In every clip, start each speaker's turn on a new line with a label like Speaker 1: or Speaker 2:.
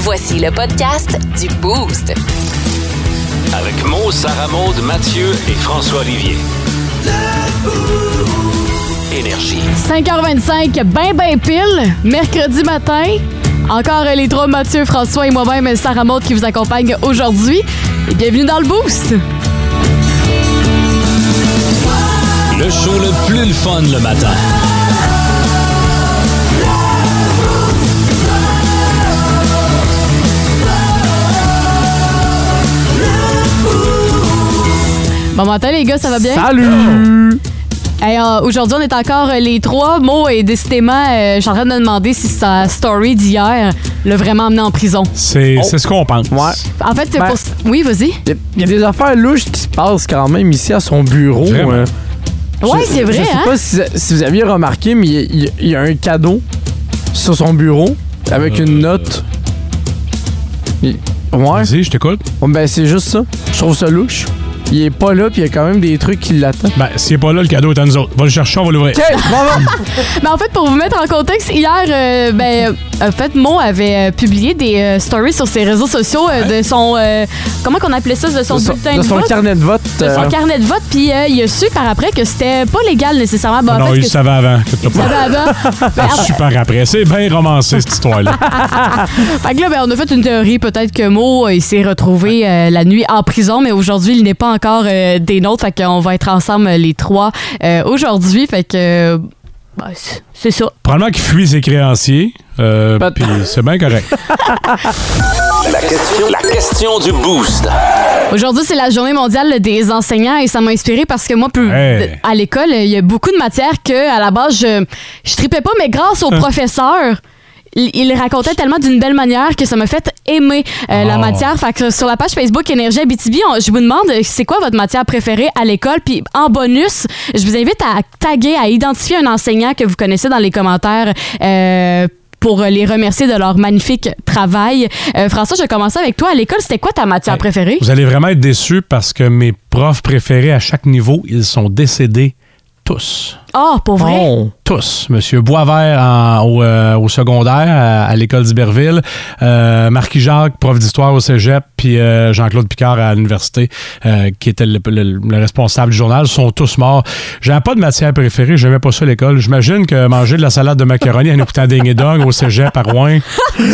Speaker 1: Voici le podcast du Boost.
Speaker 2: Avec Mo, Sarah Maud, Mathieu et François Olivier. Énergie.
Speaker 3: 5h25, ben ben pile, mercredi matin. Encore euh, les trois Mathieu, François et moi-même, Sarah Maud qui vous accompagne aujourd'hui. Et bienvenue dans le Boost.
Speaker 2: Le show le plus le fun le matin.
Speaker 3: Bon matin les gars, ça va bien?
Speaker 4: Salut!
Speaker 3: Hey, euh, aujourd'hui, on est encore euh, les trois. mots et décidément, euh, je suis en train de me demander si sa story d'hier l'a vraiment amené en prison.
Speaker 4: C'est c'est ce qu'on pense.
Speaker 5: Ouais.
Speaker 3: En fait, c'est
Speaker 5: Ben-
Speaker 3: pour... Oui, vas-y.
Speaker 5: Il y a des affaires louches qui se passent quand même ici à son bureau.
Speaker 4: Vraiment.
Speaker 5: Euh,
Speaker 3: Ouais,
Speaker 5: je-
Speaker 3: c'est vrai,
Speaker 5: Je sais
Speaker 3: hein?
Speaker 5: pas si, si vous aviez remarqué, mais il y a- il y, a- il y a un cadeau sur son bureau avec une note. Il- Ouais.
Speaker 4: Euh, Vas-y, je t'écoute.
Speaker 5: Oh, Ben, c'est juste ça. Je trouve ça louche. Il est pas là, puis il y a quand même des trucs qui l'attendent.
Speaker 4: Ben, s'il n'est pas là, le cadeau est à nous autres. Va le chercher, on va l'ouvrir.
Speaker 5: OK, bon, bon.
Speaker 3: Mais Ben, en fait, pour vous mettre en contexte, hier, euh, ben, euh, en fait, Mo avait euh, publié des euh, stories sur ses réseaux sociaux euh, de son. euh, comment qu'on appelait ça De son
Speaker 5: De son-
Speaker 3: bulletin
Speaker 5: de
Speaker 3: de,
Speaker 5: son
Speaker 3: vote.
Speaker 5: carnet de vote.
Speaker 3: De son
Speaker 5: euh,
Speaker 3: carnet de vote, puis euh, il a su par après que c'était pas légal nécessairement.
Speaker 5: Ah
Speaker 3: Ben, en
Speaker 4: non,
Speaker 3: fait,
Speaker 4: il
Speaker 3: que
Speaker 4: le savait avant. que t'as
Speaker 3: ça
Speaker 4: pas-
Speaker 3: va avant. Ben, en-
Speaker 4: Super après. C'est bien romancé, cette histoire-là.
Speaker 3: fait que là, ben, on a fait une théorie, peut-être que Mo, euh, il s'est retrouvé euh, la nuit en prison, mais aujourd'hui, il n'est pas encore euh, des nôtres, fait qu'on va être ensemble euh, les trois euh, aujourd'hui, fait que. euh, ben, c'est- c'est ça.
Speaker 4: Probablement qu'il fuit ses créanciers. Euh,
Speaker 5: Peut-
Speaker 4: Puis c'est bien correct.
Speaker 2: La question, la question du boost.
Speaker 3: Aujourd'hui, c'est la journée mondiale des enseignants et ça m'a inspiré parce que moi, peu-
Speaker 4: Hey.
Speaker 3: à l'école, il y a beaucoup de matières que, à la base, je, je tripais pas, mais grâce au professeur, il, il racontait tellement d'une belle manière que ça m'a fait aimer euh, la
Speaker 4: Oh.
Speaker 3: matière. Fait que sur la page Facebook Énergie Abitibi, on- je vous demande euh, c'est quoi votre matière préférée à l'école. Puis en bonus, je vous invite à taguer, à identifier un enseignant que vous connaissez dans les commentaires. euh, pour les remercier de leur magnifique travail. Euh, François, je vais commencer avec toi. À l'école, c'était quoi ta matière
Speaker 4: Hey.
Speaker 3: préférée?
Speaker 4: Vous allez vraiment être déçus parce que mes profs préférés à chaque niveau, ils sont décédés tous.
Speaker 3: Ah, pour vrai?
Speaker 5: bon.
Speaker 4: Tous. Monsieur Boisvert en- au, euh, au secondaire, à, à l'école d'Iberville, euh, Marquis Jacques, prof d'histoire au cégep, puis euh, Jean-Claude Picard à l'université, euh, qui était le, le- le responsable du journal, sont tous morts. J'avais pas de matière préférée, j'aimais pas ça à l'école. J'imagine que manger de la salade de macaroni en écoutant Ding et Dong au cégep à Rouen,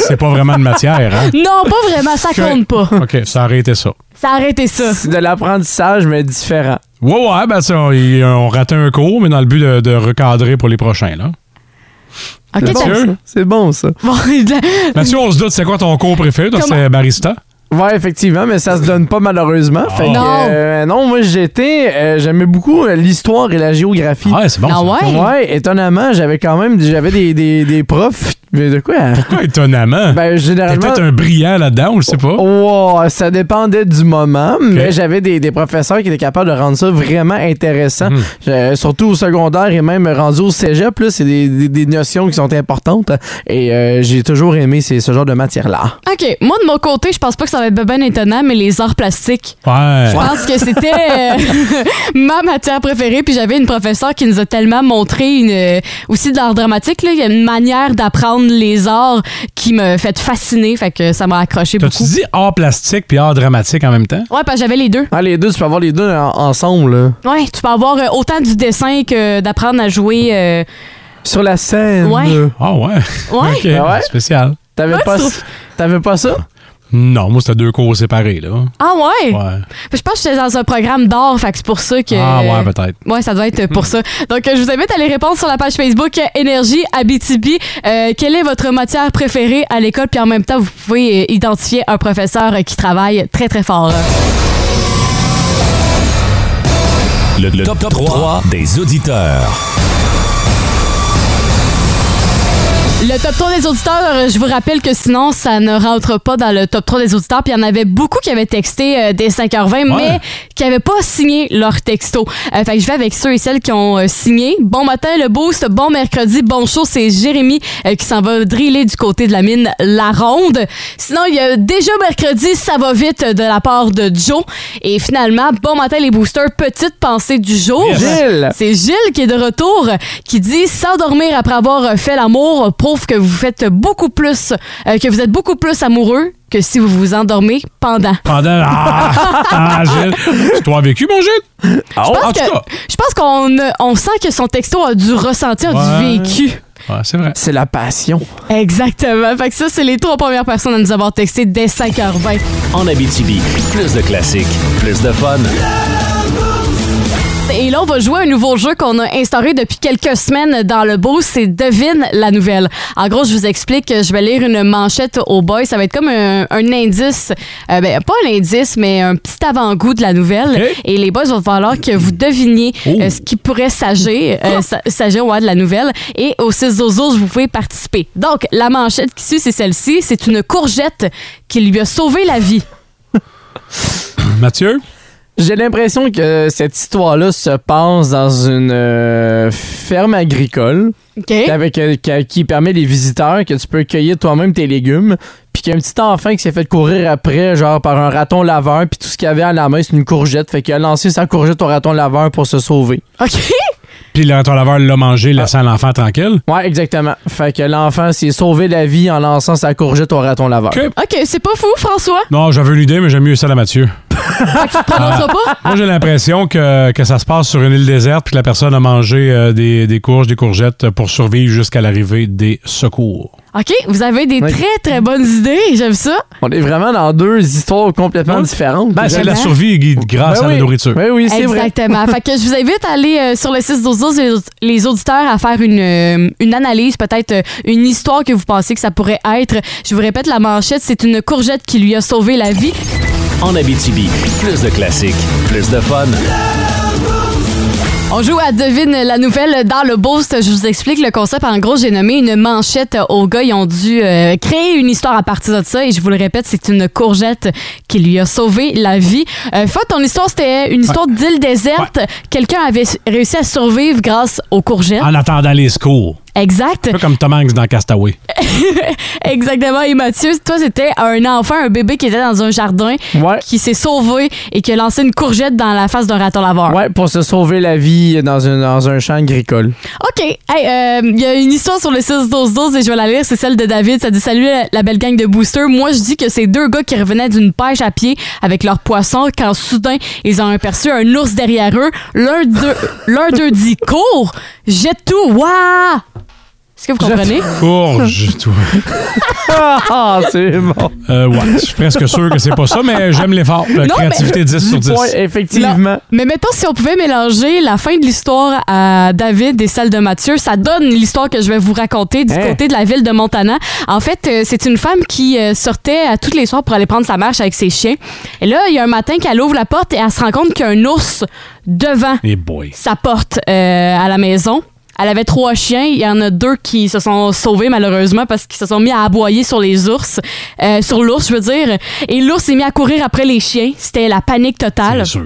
Speaker 4: c'est pas vraiment de matière, hein?
Speaker 3: Non, pas vraiment, ça compte pas.
Speaker 4: OK, ça aurait été ça.
Speaker 3: Ça a arrêté ça.
Speaker 5: C'est de l'apprentissage, mais différent.
Speaker 4: Ouais, ouais, ben ça, on, y- on ratait un cours, mais dans le but de, de recadrer pour les prochains, là.
Speaker 3: Ok,
Speaker 5: C'est
Speaker 3: t'as-
Speaker 5: bon, ça. C'est bon, ça.
Speaker 3: Bon, de-
Speaker 4: Mathieu, on se doute, c'est quoi ton cours préféré? Toi,
Speaker 3: Comment-
Speaker 4: c'est barista?
Speaker 5: Ouais, effectivement, mais ça se donne pas malheureusement. Fait que,
Speaker 3: Non.
Speaker 5: euh, non, moi j'étais, euh, j'aimais beaucoup euh, l'histoire et la géographie.
Speaker 4: Ah, ouais, c'est bon.
Speaker 3: Ah
Speaker 4: ça.
Speaker 3: ouais?
Speaker 5: Ouais, étonnamment, j'avais quand même, j'avais des, des, des profs. Mais de quoi?
Speaker 4: Pourquoi Ah, étonnamment?
Speaker 5: Ben
Speaker 4: T'es
Speaker 5: généralement.
Speaker 4: peut-être un brillant là-dedans, on le sait pas.
Speaker 5: Oh, ça dépendait du moment, mais j'avais des, des professeurs qui étaient capables de rendre ça vraiment intéressant.
Speaker 4: Hmm.
Speaker 5: Je- surtout au secondaire et même rendu au cégep, là, c'est des, des- des notions qui sont importantes. Et euh, j'ai toujours aimé ces- ce genre de matière-là.
Speaker 3: Ok, moi de mon côté, je pense pas que ça va être bien étonnant, mais les arts plastiques.
Speaker 4: Ouais.
Speaker 3: Je pense que c'était euh, ma matière préférée, puis j'avais une professeure qui nous a tellement montré une, euh, aussi de l'art dramatique. là, Il y a une manière d'apprendre les arts qui me fait fasciner, fait que ça m'a accroché
Speaker 4: T'as-tu
Speaker 3: beaucoup.
Speaker 4: dit art plastique puis art dramatique en même temps?
Speaker 3: Ouais, parce que j'avais les deux.
Speaker 5: Ah, les deux, tu peux avoir les deux en- ensemble. là.
Speaker 3: Ouais, tu peux avoir euh, autant du dessin que d'apprendre à jouer. euh,
Speaker 5: Sur la scène.
Speaker 3: Ouais.
Speaker 5: là.
Speaker 4: Ah ouais.
Speaker 3: Ouais.
Speaker 4: OK,
Speaker 5: Ah ouais?
Speaker 4: spécial.
Speaker 5: T'avais
Speaker 3: Ouais,
Speaker 5: pas,
Speaker 3: sur-
Speaker 5: s- t'avais pas ça?
Speaker 4: Non, moi, c'était deux cours séparés, là.
Speaker 3: Ah ouais?
Speaker 4: Ouais.
Speaker 3: Je pense que j'étais dans un programme d'art, fait que c'est pour ça que.
Speaker 4: Ah ouais, peut-être.
Speaker 3: Ouais, ça doit être pour ça. Donc, euh, je vous invite à les répondre sur la page Facebook euh, Énergie Abitibi. Euh, quelle est votre matière préférée à l'école? Puis en même temps, vous pouvez euh, identifier un professeur euh, qui travaille très, très fort.
Speaker 2: Le, le top, 3, des auditeurs.
Speaker 3: Le top 3 des auditeurs, euh, je vous rappelle que sinon, ça ne rentre pas dans le top 3 des auditeurs. Puis il y en avait beaucoup qui avaient texté euh, dès 5h20, mais qui n'avaient pas signé leur texto. Euh, fait que je vais avec ceux et celles qui ont euh, signé. Bon matin, le boost, bon mercredi, bon show. C'est Jérémy euh, qui s'en va driller du côté de la mine La Ronde. Sinon, il y a déjà mercredi, ça va vite euh, de la part de Joe. Et finalement, bon matin, les boosters, petite pensée du jour.
Speaker 5: Gilles!
Speaker 3: C'est Gilles qui est de retour, qui dit s'endormir après avoir fait l'amour, pro sauf que vous faites beaucoup plus, euh, que vous êtes beaucoup plus amoureux que si vous vous endormez pendant.
Speaker 4: Pendant. Ah, ah Gilles. Tu t'as vécu, mon Gilles? Ah,
Speaker 3: Je pense
Speaker 4: en tout
Speaker 3: que-
Speaker 4: cas.
Speaker 3: Je pense qu'on euh, on sent que son texto a dû ressentir du
Speaker 4: Ouais.
Speaker 3: vécu.
Speaker 4: Ouais, c'est vrai.
Speaker 5: C'est la passion.
Speaker 3: Exactement. Fait que ça, c'est les trois premières personnes à nous avoir texté dès 5h20.
Speaker 2: En Abitibi, plus de classiques, plus de fun.
Speaker 3: Et là, on va jouer à un nouveau jeu qu'on a instauré depuis quelques semaines dans le beau, c'est Devine la nouvelle. En gros, je vous explique, je vais lire une manchette au boy, ça va être comme un, un indice, euh, ben, pas un indice, mais un petit avant-goût de la nouvelle.
Speaker 4: Ok.
Speaker 3: Et les boys vont falloir que vous deviniez
Speaker 4: Oh. Ah.
Speaker 3: euh, ce qui pourrait s'agir, euh, sa- s'agir, ouais, de la nouvelle. Et au 6 zozos, vous pouvez participer. Donc, la manchette qui suit, c'est celle-ci, c'est une courgette qui lui a sauvé la vie.
Speaker 4: Mathieu?
Speaker 5: J'ai l'impression que cette histoire-là se passe dans une euh, ferme agricole
Speaker 3: OK?
Speaker 5: avec, euh, qui- qui permet les visiteurs que tu peux cueillir toi-même tes légumes. Puis qu'il y a un petit enfant qui s'est fait courir après, genre par un raton laveur, puis tout ce qu'il avait à la main, c'est une courgette. Fait qu'il a lancé sa courgette au raton laveur pour se sauver.
Speaker 3: OK?
Speaker 4: Puis le ton laveur l'a mangé,
Speaker 5: Ah.
Speaker 4: laissant l'enfant tranquille.
Speaker 5: Ouais, exactement. Fait que l'enfant s'est sauvé la vie en lançant sa courgette au raton laveur.
Speaker 4: Que-
Speaker 3: OK, c'est pas fou, François?
Speaker 4: Non, j'avais une idée, mais j'aime mieux celle à Mathieu. Ah.
Speaker 3: Prononce-toi pas?
Speaker 4: Moi, j'ai l'impression que, que ça se passe sur une île déserte puis que la personne a mangé euh, des, des courges, des courgettes pour survivre jusqu'à l'arrivée des secours.
Speaker 3: OK, vous avez des
Speaker 5: Oui.
Speaker 3: très, très bonnes idées. J'aime ça.
Speaker 5: On est vraiment dans deux histoires complètement
Speaker 4: Ouais.
Speaker 5: différentes.
Speaker 4: Ben, c'est la
Speaker 3: Vraiment?
Speaker 4: survie gui- grâce
Speaker 5: Ben
Speaker 4: à
Speaker 5: oui.
Speaker 4: Ah, la nourriture.
Speaker 5: Oui, oui, c'est vrai.
Speaker 3: Exactement. fait que je vous invite à aller euh, sur le 6 12 12 les, les auditeurs à faire une, euh, une analyse, peut-être euh, une histoire que vous pensez que ça pourrait être. Je vous répète, la manchette, c'est une courgette qui lui a sauvé la vie.
Speaker 2: En Abitibi, plus de classiques, plus de fun.
Speaker 3: On joue à Devine la nouvelle dans le boost. Je vous explique le concept. En gros, j'ai nommé une manchette aux gars. Ils ont dû euh, créer une histoire à partir de ça. Et je vous le répète, c'est une courgette qui lui a sauvé la vie. Euh, Fod, ton histoire, c'était une histoire d'île déserte. Quelqu'un avait s- réussi à survivre grâce aux courgettes.
Speaker 4: En attendant les secours.
Speaker 3: Exact.
Speaker 4: Un peu comme Tom Hanks dans Castaway.
Speaker 3: Exactement. Et Mathieu, toi, c'était un enfant, un bébé qui était dans un jardin,
Speaker 5: Ouais.
Speaker 3: qui s'est sauvé et qui a lancé une courgette dans la face d'un raton laveur.
Speaker 5: Ouais, pour se sauver la vie dans un, dans un champ agricole.
Speaker 3: OK. Hey, euh, Il y a une histoire sur le 6-12-12 et je vais la lire. C'est celle de David. Ça dit Salut la- la belle gang de boosters. Moi, je dis que c'est deux gars qui revenaient d'une pêche à pied avec leurs poissons quand soudain, ils ont aperçu un ours derrière eux. L'un d'eux l'un d'eux dit Cours, jette tout. Waouh Est-ce que vous comprenez
Speaker 4: Courge, toi.
Speaker 5: Ah, c'est bon.
Speaker 4: Euh, ouais, je suis presque sûr que c'est pas ça, mais j'aime l'effort. La
Speaker 3: Non, mais-
Speaker 4: créativité 10 sur 10.
Speaker 5: Ouais, effectivement.
Speaker 3: Mais mettons, si on pouvait mélanger la fin de l'histoire à David et celle de Mathieu, ça donne l'histoire que je vais vous raconter du
Speaker 5: Hein?
Speaker 3: côté de la ville de Montana. En fait, euh, c'est une femme qui euh, sortait à toutes les soirs pour aller prendre sa marche avec ses chiens. Et là, il y a un matin qu'elle ouvre la porte et elle se rend compte qu'il y a un ours devant
Speaker 4: Et boy.
Speaker 3: sa porte euh, à la maison. Elle avait trois chiens. Il y en a deux qui se sont sauvés, malheureusement, parce qu'ils se sont mis à aboyer sur les ours. Euh, sur l'ours, je veux dire. Et l'ours s'est mis à courir après les chiens. C'était la panique totale.
Speaker 4: C'est sûr.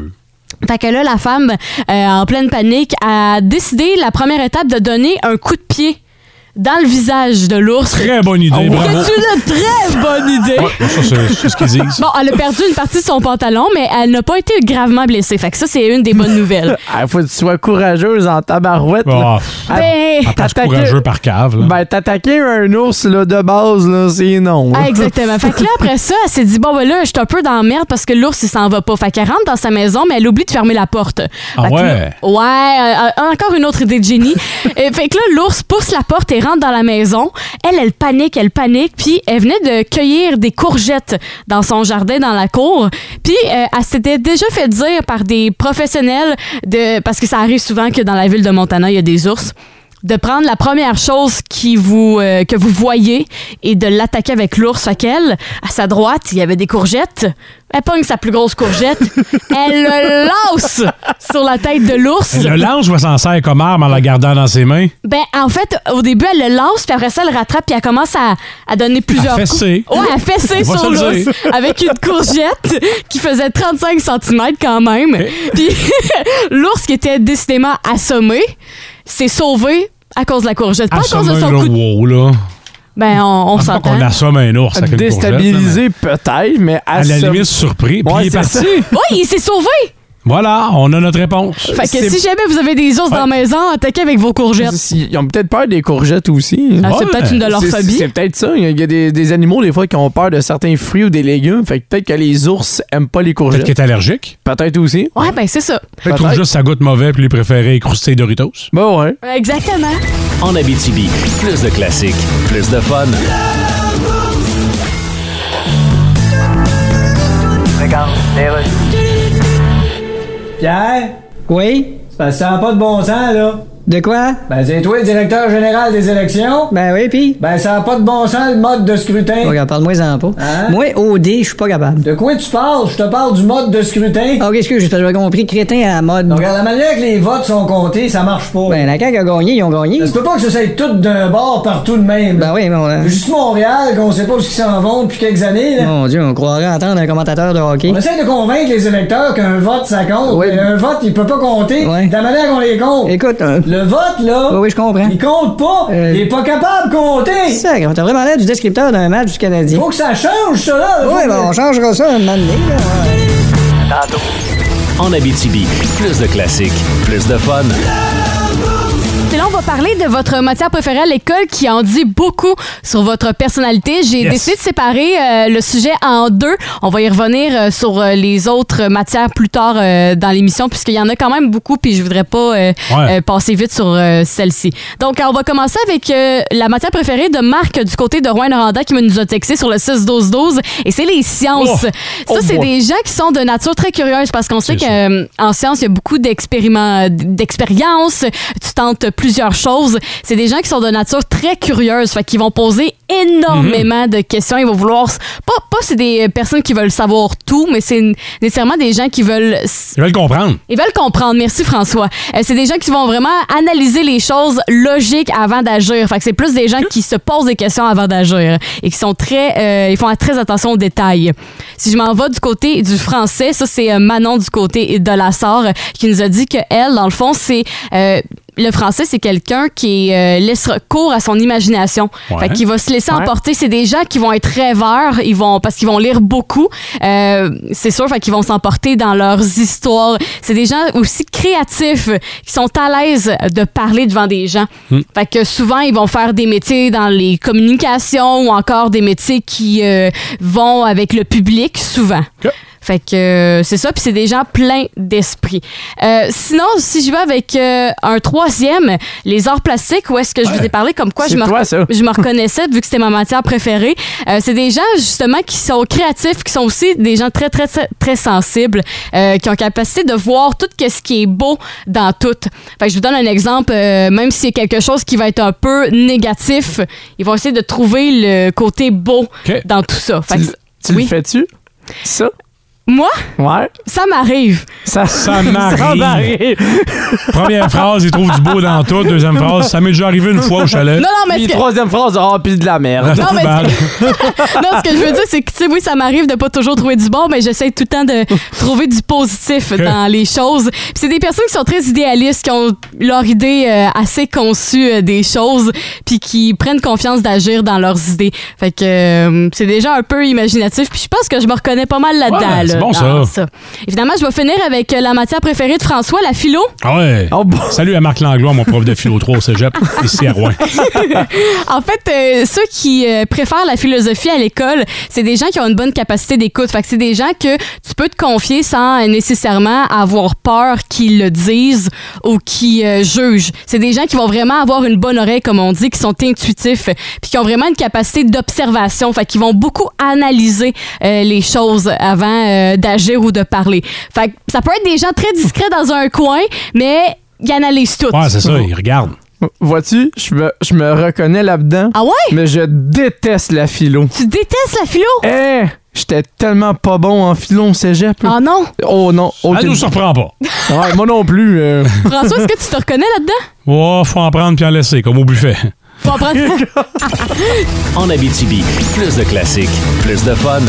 Speaker 3: Fait que là, la femme, euh, en pleine panique, a décidé, la première étape, de donner un coup de pied dans le visage de l'ours. C'est
Speaker 4: Très bonne idée,
Speaker 5: ouais.
Speaker 4: bravo.
Speaker 3: une très bonne idée.
Speaker 4: Ouais, ça, c'est c'est ce qu'ils disent.
Speaker 3: Bon, elle a perdu une partie de son pantalon, mais elle n'a pas été gravement blessée. Fait que ça, c'est une des bonnes nouvelles.
Speaker 5: Il Ah, faut que tu sois courageuse en tabarouette. là.
Speaker 4: Ah,
Speaker 5: Ah,
Speaker 3: Ben,
Speaker 4: en tant que
Speaker 5: t'attaquer-
Speaker 4: courageux par cave. là.
Speaker 5: Ben, t'attaquer un ours là, de base, là, c'est non. là.
Speaker 3: Ah, exactement. Fait que là, après ça, elle s'est dit, bon, ben là, je suis un peu dans la merde parce que l'ours, il s'en va pas. Fait qu'elle rentre dans sa maison, mais elle oublie de fermer la porte.
Speaker 4: Ah
Speaker 3: Fait que
Speaker 4: ouais?
Speaker 3: là- ouais, euh, euh, encore une autre idée de génie. Et fait que là, l'ours pousse la porte et rentre dans la maison. Elle, elle panique, elle panique. Puis elle venait de cueillir des courgettes dans son jardin, dans la cour. Puis euh, elle s'était déjà fait dire par des professionnels, de parce que ça arrive souvent que dans la ville de Montana, il y a des ours de prendre la première chose qui vous, euh, que vous voyez et de l'attaquer avec l'ours à qu'elle. À sa droite, il y avait des courgettes. Elle pogne sa plus grosse courgette. elle le lance sur la tête de l'ours.
Speaker 4: Le linge va s'en sert comme arme en la gardant dans ses mains.
Speaker 3: Ben, en fait, au début, elle le lance, puis après ça, elle le rattrape, puis elle commence à, à donner plusieurs
Speaker 4: À
Speaker 3: coups.
Speaker 4: fesser.
Speaker 3: Ouais, à fesser
Speaker 4: On va
Speaker 3: sur
Speaker 4: se le
Speaker 3: l'ours avec une courgette qui faisait 35 cm quand même. Puis l'ours qui était décidément assommé s'est sauvé à cause de la courgette. Pas à cause de
Speaker 4: Assommé,
Speaker 3: son
Speaker 4: là,
Speaker 3: coup de
Speaker 4: wow, là.
Speaker 3: Ben, on, on
Speaker 4: Je pense pas
Speaker 3: s'entend.
Speaker 4: Ah, qu'on assomme un ours avec une courgette, là, mais
Speaker 5: Déstabilisé peut-être, mais
Speaker 4: À la
Speaker 5: assom-
Speaker 4: limite, surpris. Puis
Speaker 5: Ouais,
Speaker 4: il est
Speaker 5: c'est
Speaker 4: parti.
Speaker 5: ça.
Speaker 3: Oui, il s'est sauvé!
Speaker 4: Voilà, on a notre réponse.
Speaker 3: Fait que
Speaker 5: C'est-
Speaker 3: si jamais vous avez des ours dans la maison, attaquez avec vos courgettes.
Speaker 5: Si- Ils ont peut-être peur des courgettes aussi.
Speaker 3: Ah, c'est
Speaker 4: Ouais.
Speaker 3: peut-être une de leurs
Speaker 5: C'est-
Speaker 3: phobies.
Speaker 5: C'est peut-être ça. Il y a- il y a des, des animaux, des fois, qui ont peur de certains fruits ou des légumes. Fait que peut-être que les ours aiment pas les
Speaker 4: Peut-être qu'il
Speaker 5: courgettes.
Speaker 4: est allergique.
Speaker 5: Peut-être aussi.
Speaker 3: Ouais, ben c'est ça.
Speaker 4: Peut-être qu'il trouve
Speaker 5: Peut-être.
Speaker 4: juste sa goûte mauvais puis lui préférait écrouster les Doritos.
Speaker 5: Ben ouais.
Speaker 3: Exactement.
Speaker 2: En Abitibi, plus de classiques, plus de fun.
Speaker 6: Pierre,
Speaker 7: Oui?
Speaker 6: ça sent pas de bon sens, là.
Speaker 7: De quoi?
Speaker 6: Ben, c'est toi le directeur général des élections.
Speaker 7: Ben oui, puis.
Speaker 6: Ben, ça a pas de bon sens, le mode de scrutin.
Speaker 7: Regarde, parle-moi-en pas.
Speaker 6: Hein?
Speaker 7: Moi, OD, je suis pas capable.
Speaker 6: De quoi tu parles? Je te parle du mode de scrutin.
Speaker 7: Ok, excuse, j'ai pas compris. Crétin à la mode.
Speaker 6: Donc, Regarde, la manière que les votes sont comptés, ça marche pas.
Speaker 7: Ben, la CAQ a gagné, ils ont gagné.
Speaker 6: Ça se peut pas que ça soit tout d'un bord partout de même.
Speaker 7: Ben oui, mais on, euh,
Speaker 6: Juste Montréal, qu'on sait pas où ils s'en vont depuis quelques années, là.
Speaker 7: Mon Dieu, on croirait entendre un commentateur de hockey.
Speaker 6: On essaie de convaincre les électeurs qu'un vote, ça compte.
Speaker 7: Oui.
Speaker 6: mais un vote, il peut pas compter
Speaker 7: Ouais.
Speaker 6: de la manière qu'on les compte.
Speaker 7: Écoute, euh,
Speaker 6: Le vote, là,
Speaker 7: Oui, oui, je comprends.
Speaker 6: il compte pas.
Speaker 7: Euh,
Speaker 6: Il est pas capable de compter.
Speaker 7: sac, on t'a vraiment l'air du descripteur d'un match du Canadien.
Speaker 6: Faut que ça change, ça, là.
Speaker 7: Oui, ben on changera ça un moment donné, là.
Speaker 2: En Abitibi, plus de classiques, plus de fun.
Speaker 3: Et là, on va parler de votre matière préférée à l'école qui en dit beaucoup sur votre personnalité. J'ai
Speaker 4: Yes.
Speaker 3: décidé de séparer euh, le sujet en deux. On va y revenir euh, sur euh, les autres matières plus tard euh, dans l'émission puisqu'il y en a quand même beaucoup puis je voudrais pas euh,
Speaker 4: Ouais.
Speaker 3: euh, passer vite sur euh, celle-ci. Donc, on va commencer avec euh, la matière préférée de Marc du côté de Rouen-Noranda qui nous a texté sur le 6-12-12 et c'est les sciences. Ça,
Speaker 4: Oh! Oh
Speaker 3: c'est
Speaker 4: boy!
Speaker 3: des gens qui sont de nature très curieuse parce qu'on sait
Speaker 4: C'est
Speaker 3: qu'en science, il y a beaucoup d'expériment- d'expériences. Tu tentes plusieurs choses. C'est des gens qui sont de nature très curieuse, fait qu'ils vont poser
Speaker 4: Mhm.
Speaker 3: énormément de questions. Ils vont vouloir. s- Pas, pas c'est des personnes qui veulent savoir tout, mais c'est n- nécessairement des gens qui veulent s-
Speaker 4: Je vais le comprendre.
Speaker 3: ils veulent comprendre. Merci, François. Euh, c'est des gens qui vont vraiment analyser les choses logiques avant d'agir. Fait que c'est plus des gens qui se posent des questions avant d'agir et qui sont très, euh, ils font très attention aux détails. Si je m'en vais du côté du français, ça, c'est euh, Manon du côté de la sort euh, qui nous a dit que elle, dans le fond, c'est euh, le français, c'est quelqu'un qui euh, laisse cours à son imagination.
Speaker 4: Ouais.
Speaker 3: Fait qu'il va se laisser
Speaker 5: Ouais.
Speaker 3: emporter. C'est des gens qui vont être rêveurs, ils vont, parce qu'ils vont lire beaucoup. Euh, c'est sûr, fait qu'ils vont s'emporter dans leurs histoires. C'est des gens aussi créatifs, qui sont à l'aise de parler devant des gens.
Speaker 5: Hmm.
Speaker 3: Fait que souvent, ils vont faire des métiers dans les communications ou encore des métiers qui euh, vont avec le public souvent.
Speaker 4: Ok.
Speaker 3: Fait que euh, c'est ça, puis c'est des gens pleins d'esprit. Euh, sinon, si je vais avec euh, un troisième, les arts plastiques, où est-ce que je vous ai parlé comme quoi je
Speaker 5: C'est
Speaker 3: me,
Speaker 5: toi, ça.
Speaker 3: je me reconnaissais vu que c'était ma matière préférée. Euh, c'est des gens justement qui sont créatifs, qui sont aussi des gens très très très, très sensibles, euh, qui ont capacité de voir tout ce qui est beau dans tout. Fait que je vous donne un exemple, euh, même s'il y a quelque chose qui va être un peu négatif, ils vont essayer de trouver le côté beau
Speaker 4: OK.
Speaker 3: dans tout ça. Fait
Speaker 5: Tu,
Speaker 3: que-
Speaker 5: le- tu
Speaker 3: oui.
Speaker 5: le fais-tu? Ça?
Speaker 3: Moi,
Speaker 5: Ouais.
Speaker 3: ça m'arrive.
Speaker 5: Ça,
Speaker 4: Ça m'arrive. Première phrase, il trouve du beau dans tout. Deuxième phrase, ça m'est déjà arrivé une fois au chalet.
Speaker 3: Non non, mais
Speaker 5: Puis
Speaker 3: ce que-
Speaker 5: troisième phrase, ah, puis de la merde.
Speaker 3: Non, mais
Speaker 4: Bad.
Speaker 3: Non, ce que je veux dire, c'est que, tu sais, oui, ça m'arrive de pas toujours trouver du bon, mais j'essaie tout le temps de trouver du positif dans les choses. Puis c'est des personnes qui sont très idéalistes, qui ont leur idée euh, assez conçue euh, des choses, puis qui prennent confiance d'agir dans leurs idées. Fait que euh, c'est déjà un peu imaginatif, puis je pense que je me reconnais pas mal là-dedans.
Speaker 4: Ouais, c'est
Speaker 3: là,
Speaker 4: bon,
Speaker 3: dans
Speaker 4: ça.
Speaker 3: Évidemment, je vais finir avec euh, la matière préférée de François, la philo.
Speaker 4: Ah ouais.
Speaker 5: Oh, bon.
Speaker 4: Salut à Marc Langlois, mon prof de philo 3 au cégep, ici à Rouen.
Speaker 3: En fait, euh, ceux qui euh, préfèrent la philosophie à l'école, c'est des gens qui ont une bonne capacité d'écoute. Fait que c'est des gens que tu peux te confier sans euh, nécessairement avoir peur qu'ils le disent ou qu'ils euh, jugent. C'est des gens qui vont vraiment avoir une bonne oreille, comme on dit, qui sont intuitifs, euh, puis qui ont vraiment une capacité d'observation. Fait qu'ils vont beaucoup analyser euh, les choses avant euh, d'agir ou de parler. Fait que ça peut être des gens très discrets dans un coin, mais ils analysent tout.
Speaker 4: Ouais, c'est ça, il regarde.
Speaker 5: Vois-tu, je me, je me reconnais là-dedans,
Speaker 3: Ah ouais?
Speaker 5: mais je déteste la philo.
Speaker 3: Tu détestes la philo?
Speaker 5: Eh! J'étais tellement pas bon en philo au cégep.
Speaker 3: Ah non!
Speaker 5: Oh non,
Speaker 4: Elle
Speaker 5: aucune-
Speaker 4: Ah, nous surprend pas.
Speaker 5: Ouais, moi non plus. euh.
Speaker 3: François, est-ce que tu te reconnais là-dedans?
Speaker 4: Oh, faut en prendre puis en laisser, comme au buffet.
Speaker 3: Faut en prendre-
Speaker 2: En Abitibi, plus de classiques, plus de fun.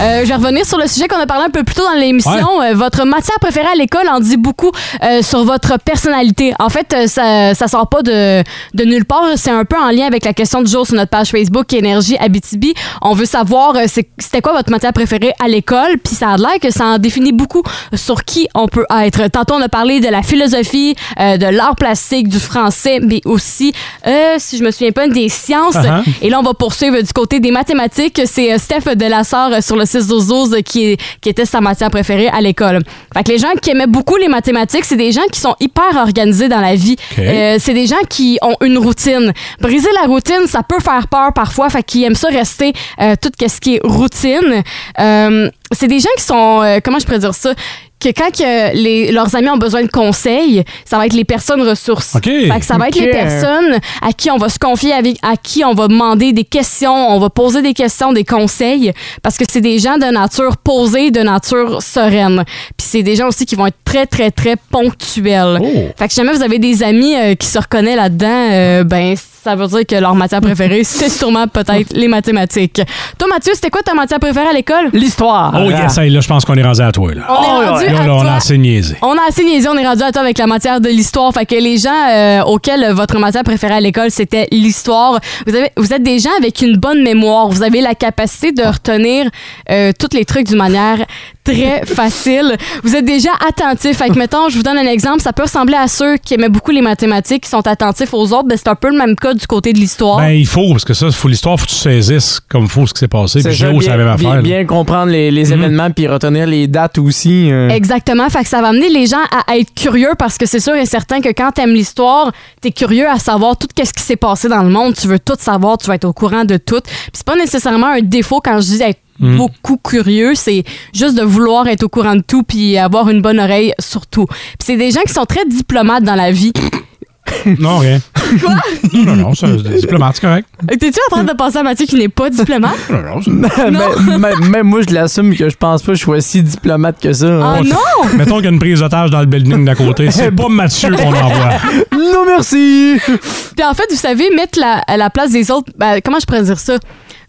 Speaker 3: Euh, je vais revenir sur le sujet qu'on a parlé un peu plus tôt dans l'émission. Euh, votre matière préférée à l'école en dit beaucoup euh, sur votre personnalité. En fait, euh, ça, ça sort pas de, de nulle part. C'est un peu en lien avec la question du jour sur notre page Facebook Énergie Abitibi. On veut savoir euh, c'est- c'était quoi votre matière préférée à l'école. Puis ça a l'air que ça en définit beaucoup sur qui on peut être. Tantôt, on a parlé de la philosophie, euh, de l'art plastique, du français, mais aussi, euh, si je me souviens pas, des sciences.
Speaker 4: Uh-huh.
Speaker 3: Et là, on va poursuivre du côté des mathématiques. C'est euh, Steph de la Sarre, euh, sur le 6-12-12 euh, qui, est- qui était sa matière préférée à l'école. Fait que les gens qui aimaient beaucoup les mathématiques, c'est des gens qui sont hyper organisés dans la vie.
Speaker 4: OK.
Speaker 3: Euh, c'est des gens qui ont une routine. Briser la routine, ça peut faire peur parfois. Fait qu'ils aiment ça rester euh, tout ce qui est routine. Euh, c'est des gens qui sont, euh, comment je pourrais dire ça? que quand que les, leurs amis ont besoin de conseils, ça va être les personnes ressources.
Speaker 4: OK.
Speaker 3: Fait que ça va être
Speaker 5: Ok.
Speaker 3: les personnes à qui on va se confier, avec, à qui on va demander des questions, on va poser des questions, des conseils, parce que c'est des gens de nature posée, de nature sereine. Puis c'est des gens aussi qui vont être très, très, très ponctuels.
Speaker 4: Oh.
Speaker 3: Fait que si jamais vous avez des amis euh, qui se reconnaissent là-dedans, euh, ben ça veut dire que leur matière préférée, c'est sûrement peut-être les mathématiques. Toi, Mathieu, c'était quoi ta matière préférée à l'école?
Speaker 5: L'histoire.
Speaker 4: Oh, yes, hey, là, je pense qu'on est rendu à toi, là.
Speaker 3: Ah, On
Speaker 5: Oh,
Speaker 3: est rendu
Speaker 4: Là,
Speaker 3: à
Speaker 4: là, on
Speaker 3: toi.
Speaker 4: a assez niaisé.
Speaker 3: On a assez niaisé, on est rendu à toi avec la matière de l'histoire. Fait que les gens euh, auxquels votre matière préférée à l'école, c'était l'histoire. Vous, avez, vous êtes des gens avec une bonne mémoire. Vous avez la capacité de retenir euh, tous les trucs d'une manière très facile. Vous êtes déjà attentifs. Fait que, mettons, je vous donne un exemple. Ça peut ressembler à ceux qui aimaient beaucoup les mathématiques, qui sont attentifs aux autres. Ben, c'est un peu le même cas du côté de l'histoire.
Speaker 5: Ah.
Speaker 4: Ben, il faut, parce que ça, faut l'histoire, faut que tu saisisses comme faut ce qui s'est passé. Puis
Speaker 5: C'est ça,
Speaker 4: Géo, c'est la
Speaker 5: bien,
Speaker 4: même
Speaker 5: bien,
Speaker 4: affaire. là. Mm-hmm.
Speaker 5: bien comprendre les, les événements puis retenir les dates aussi. euh.
Speaker 3: Exactement. Fait que ça va amener les gens à être curieux parce que c'est sûr et certain que quand t'aimes l'histoire, t'es curieux à savoir tout ce qui s'est passé dans le monde. Tu veux tout savoir, tu vas être au courant de tout. Puis c'est pas nécessairement un défaut quand je dis être beaucoup curieux, c'est juste de vouloir être au courant de tout puis avoir une bonne oreille sur tout. Puis c'est des gens qui sont très diplomates dans la vie.
Speaker 4: Non, rien. non, non, non, ça, c'est diplomate, c'est correct.
Speaker 3: T'es-tu en train de penser à Mathieu qui n'est pas diplomate?
Speaker 4: Non, non, ça-
Speaker 5: Mais- mais- même moi, je l'assume que je pense pas que je sois si diplomate que ça. hein.
Speaker 3: Ah non!
Speaker 4: Mettons qu'il y a une prise d'otage dans le building d'à côté.
Speaker 5: Eh,
Speaker 4: C'est pas Mathieu qu'on envoie.
Speaker 5: Non, merci!
Speaker 3: Puis en fait, vous savez, mettre la, à la place des autres, ben, comment je pourrais dire ça?